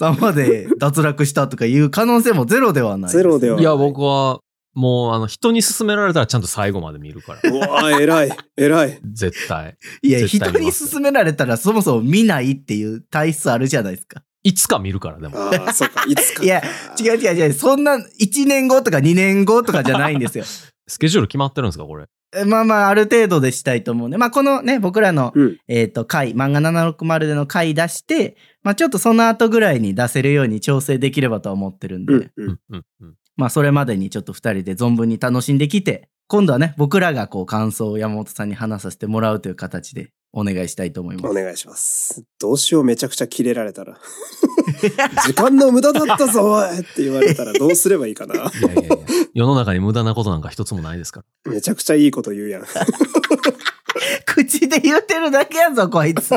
3話で脱落したとかいう可能性もゼロではないすね、ゼロではないや、僕は、もう、あの、人に勧められたらちゃんと最後まで見る から。うわー、偉い。偉い。絶対。いや、絶人対に勧められたらそもそも見ないっていう体質あるじゃないですか。いつか見るから、でも。ああ、そっか、いつか。いや、違う違う違う、そんな1年後とか2年後とかじゃないんですよ。 スケジュール決まってるんですか、これ。えまあまあ、ある程度でしたいと思うんで、まあこのね、僕らの、うんえっ、と、回、漫画760での回出して、まあちょっとその後ぐらいに出せるように調整できればとは思ってるんで、うん、う。うんん、うん、うん。まあそれまでにちょっと2人で存分に楽しんできて、今度はね、僕らがこう感想を山本さんに話させてもらうという形でお願いしたいと思いまおす。願いします。どうしよう、めちゃくちゃキレられたら。 時間の無駄だったぞ、おいって言われたらどうすればいいかな。いやいやいや。世の中に無駄なことなんか一つもないですから。めちゃくちゃいいこと言うやん。 口で言ってるだけやぞ、こいつ。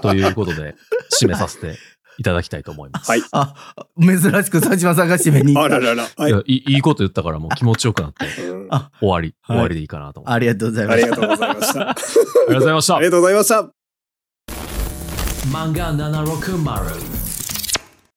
ということで、締めさせていただきたいと思います。はい。 あ、珍しく佐島さんが締めに行あっらた。らら。はいい。やいいいいこと言ったからもう気持ちよくなって、うんああ終わり、はい終わりでいいかなと思って。ありがとうございまりしが。たとうございま した。あありがとうございましたり。がとうございました。漫画760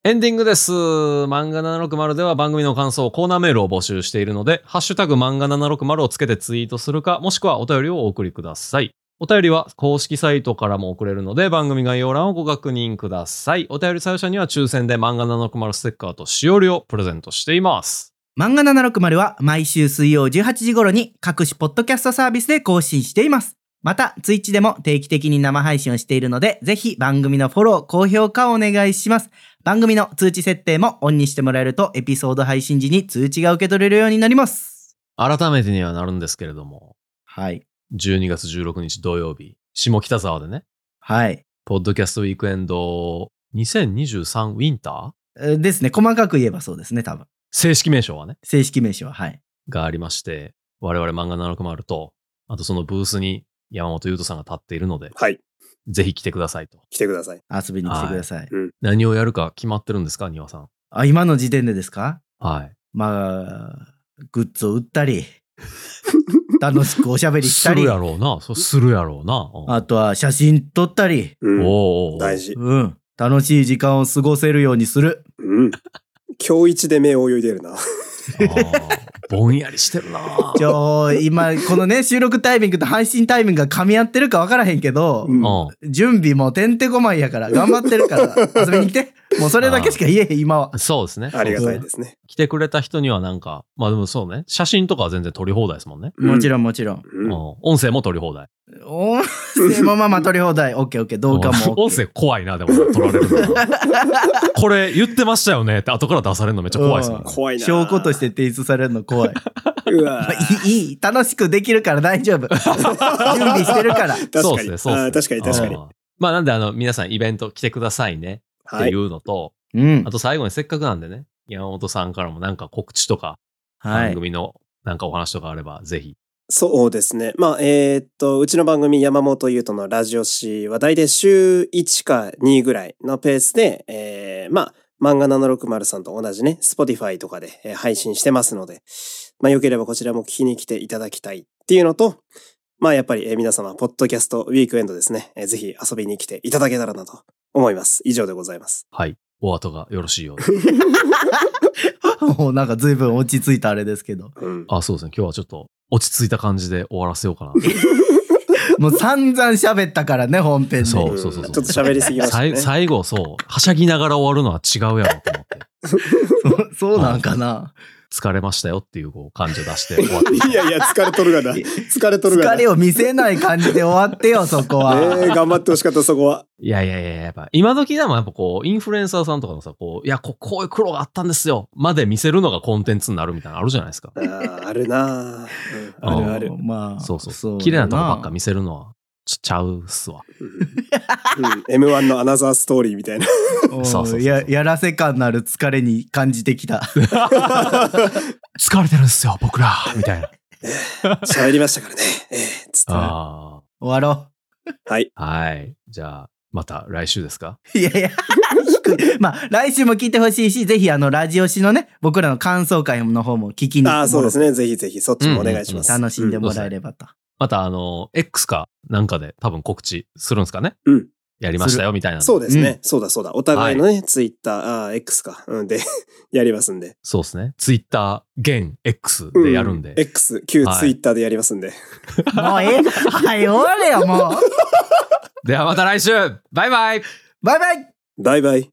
エンディングです。漫画760では番組の感想、コーナーメールを募集しているので、ハッシュタグ漫画760をつけてツイートするか、もしくはお便りをお送りください。お便りは公式サイトからも送れるので、番組概要欄をご確認ください。お便り採用者には抽選で漫画760ステッカーとしおりをプレゼントしています。漫画760は毎週水曜18時頃に各種ポッドキャストサービスで更新しています。また、ツイッチでも定期的に生配信をしているので、ぜひ番組のフォロー、高評価をお願いします。番組の通知設定もオンにしてもらえると、エピソード配信時に通知が受け取れるようになります。改めてにはなるんですけれども、はい。 12月16日土曜日、下北沢でね、はい。ポッドキャストウィークエンド2023ウィンターえーですね。細かく言えばそうですね、多分。正式名称はね、正式名称は。はい。がありまして、我々漫画760と、あとそのブースに山本優斗さんが立っているので、はい。ぜひ来てくださいと。来てください。遊びに来てください。何をやるか決まってるんですか、庭さん。あ、今の時点でですかはい。まあ、グッズを売った り、楽しくおしゃべりしすたりる。やろうな。そうするやろうな。うんあとは写真撮ったり、うんおうおうおう大事。うん、楽しい時間を過ごせるようにする。うん。今日一で目泳いでるな。あーぼんやりしてるな。ちょ、 今、このね、収録タイミングと配信タイミングが噛み合ってるか分からへんけどう、んう ん準備もてんてこまいやから、頑張ってるから、遊びに来て。もうそれだけしか言えへん、今は。そうですね。ありがそうたでいすねですね。来てくれた人にはなんか、まあでもそうね、写真とかは全然撮り放題ですもんね。うんもちろん、もちろん。ううんん。音声も撮り放題。音声もまあまあ取り放題。オッケーオッケー。動画も OK。 音声怖いな、でも撮られるの これ言ってましたよねって後から出されるのめっちゃ怖いですもんね。怖いな。証拠として提出されるの 怖い。うわまあいい、いい。楽しくできるから大丈夫。 準備してるから。 確そうかでに。すあね、そーうですね。確かに確かにあ。ー。まあなんであの、皆さんイベント来てくださいねっはていい。うのと、うんあ。と最後にせっかくなんでね、山本さんからもなんか告知とか、は番い。組のなんかお話とかあれば、ぜひ。そうですね。まあ、えーっと、うちの番組山本優斗のラジオ誌は大体週1か2ぐらいのペースで、えーまあ、漫画760さんと同じね、Spotify とかでえー配信してますので、まあ、よければこちらも聞きに来ていただきたいっていうのと、まあ、やっぱりえー皆様、ポッドキャストウィークエンドですね、えーぜひ遊びに来ていただけたらなと思います。以上でございます。はい。お後がよろしいようで。 もうなんか随分落ち着いたあれですけど。うん。あ、そうですね。今日はちょっと落ち着いた感じで終わらせよ うかな。もう散々喋ったからね、本編で。そううんそうそうそうちょっと喋りすぎましたさいね。最後、そう、はしゃぎながら終わるのは違うやろと思って、そう そうなんかな。疲れましたよっていうこう感じを出して終わってい いや いや、疲れとるがな。疲れとるがな。疲れを見せない感じで終わってよ、そこは。 ねえ頑張ってほしかった、そこは。いやいやいや、やっぱ、今時でもやっぱこう、インフルエンサーさんとかのさ、こう、いや、ここういう苦労があったんですよ、まで見せるのがコンテンツになるみたいなのあるじゃないですか。あーあるなあ、うんああーるある。まあ、そうそう。そう綺麗なとこばっか見せるのは、ちょちゃうっすわ。うんうん、M1 のアナザーストーリーみたいな。うんそうそうそうややらせ感のある疲れに感じてきた。 疲れてるんですよ、僕らみたいな。喋りましたからね。ええつって あ終わろはい。あ。はい。じゃあ、また来週ですかう。い やいや。まあ、来週も聞いてほしいし、ぜひ、あの、ラジオ誌のね、僕らの感想会の方も聞きにああ、そうですね。ぜひぜひ、そっちもお願いします。楽しんでうもらえればと。また、あの、X かなんかで多分告知するんですかねうん。やりましたよ、みたいな。そうですうね。そうだそうだ。お互いのね、ツイッター、ああ、X か。うん、で、やりますんで。そうですね。ツイッター、現 X でやるんで。う X、旧はいツイッターでやりますんで。もうええ。はい、終われよ、もう。ではまた来週バイバイバイバイバイバイ。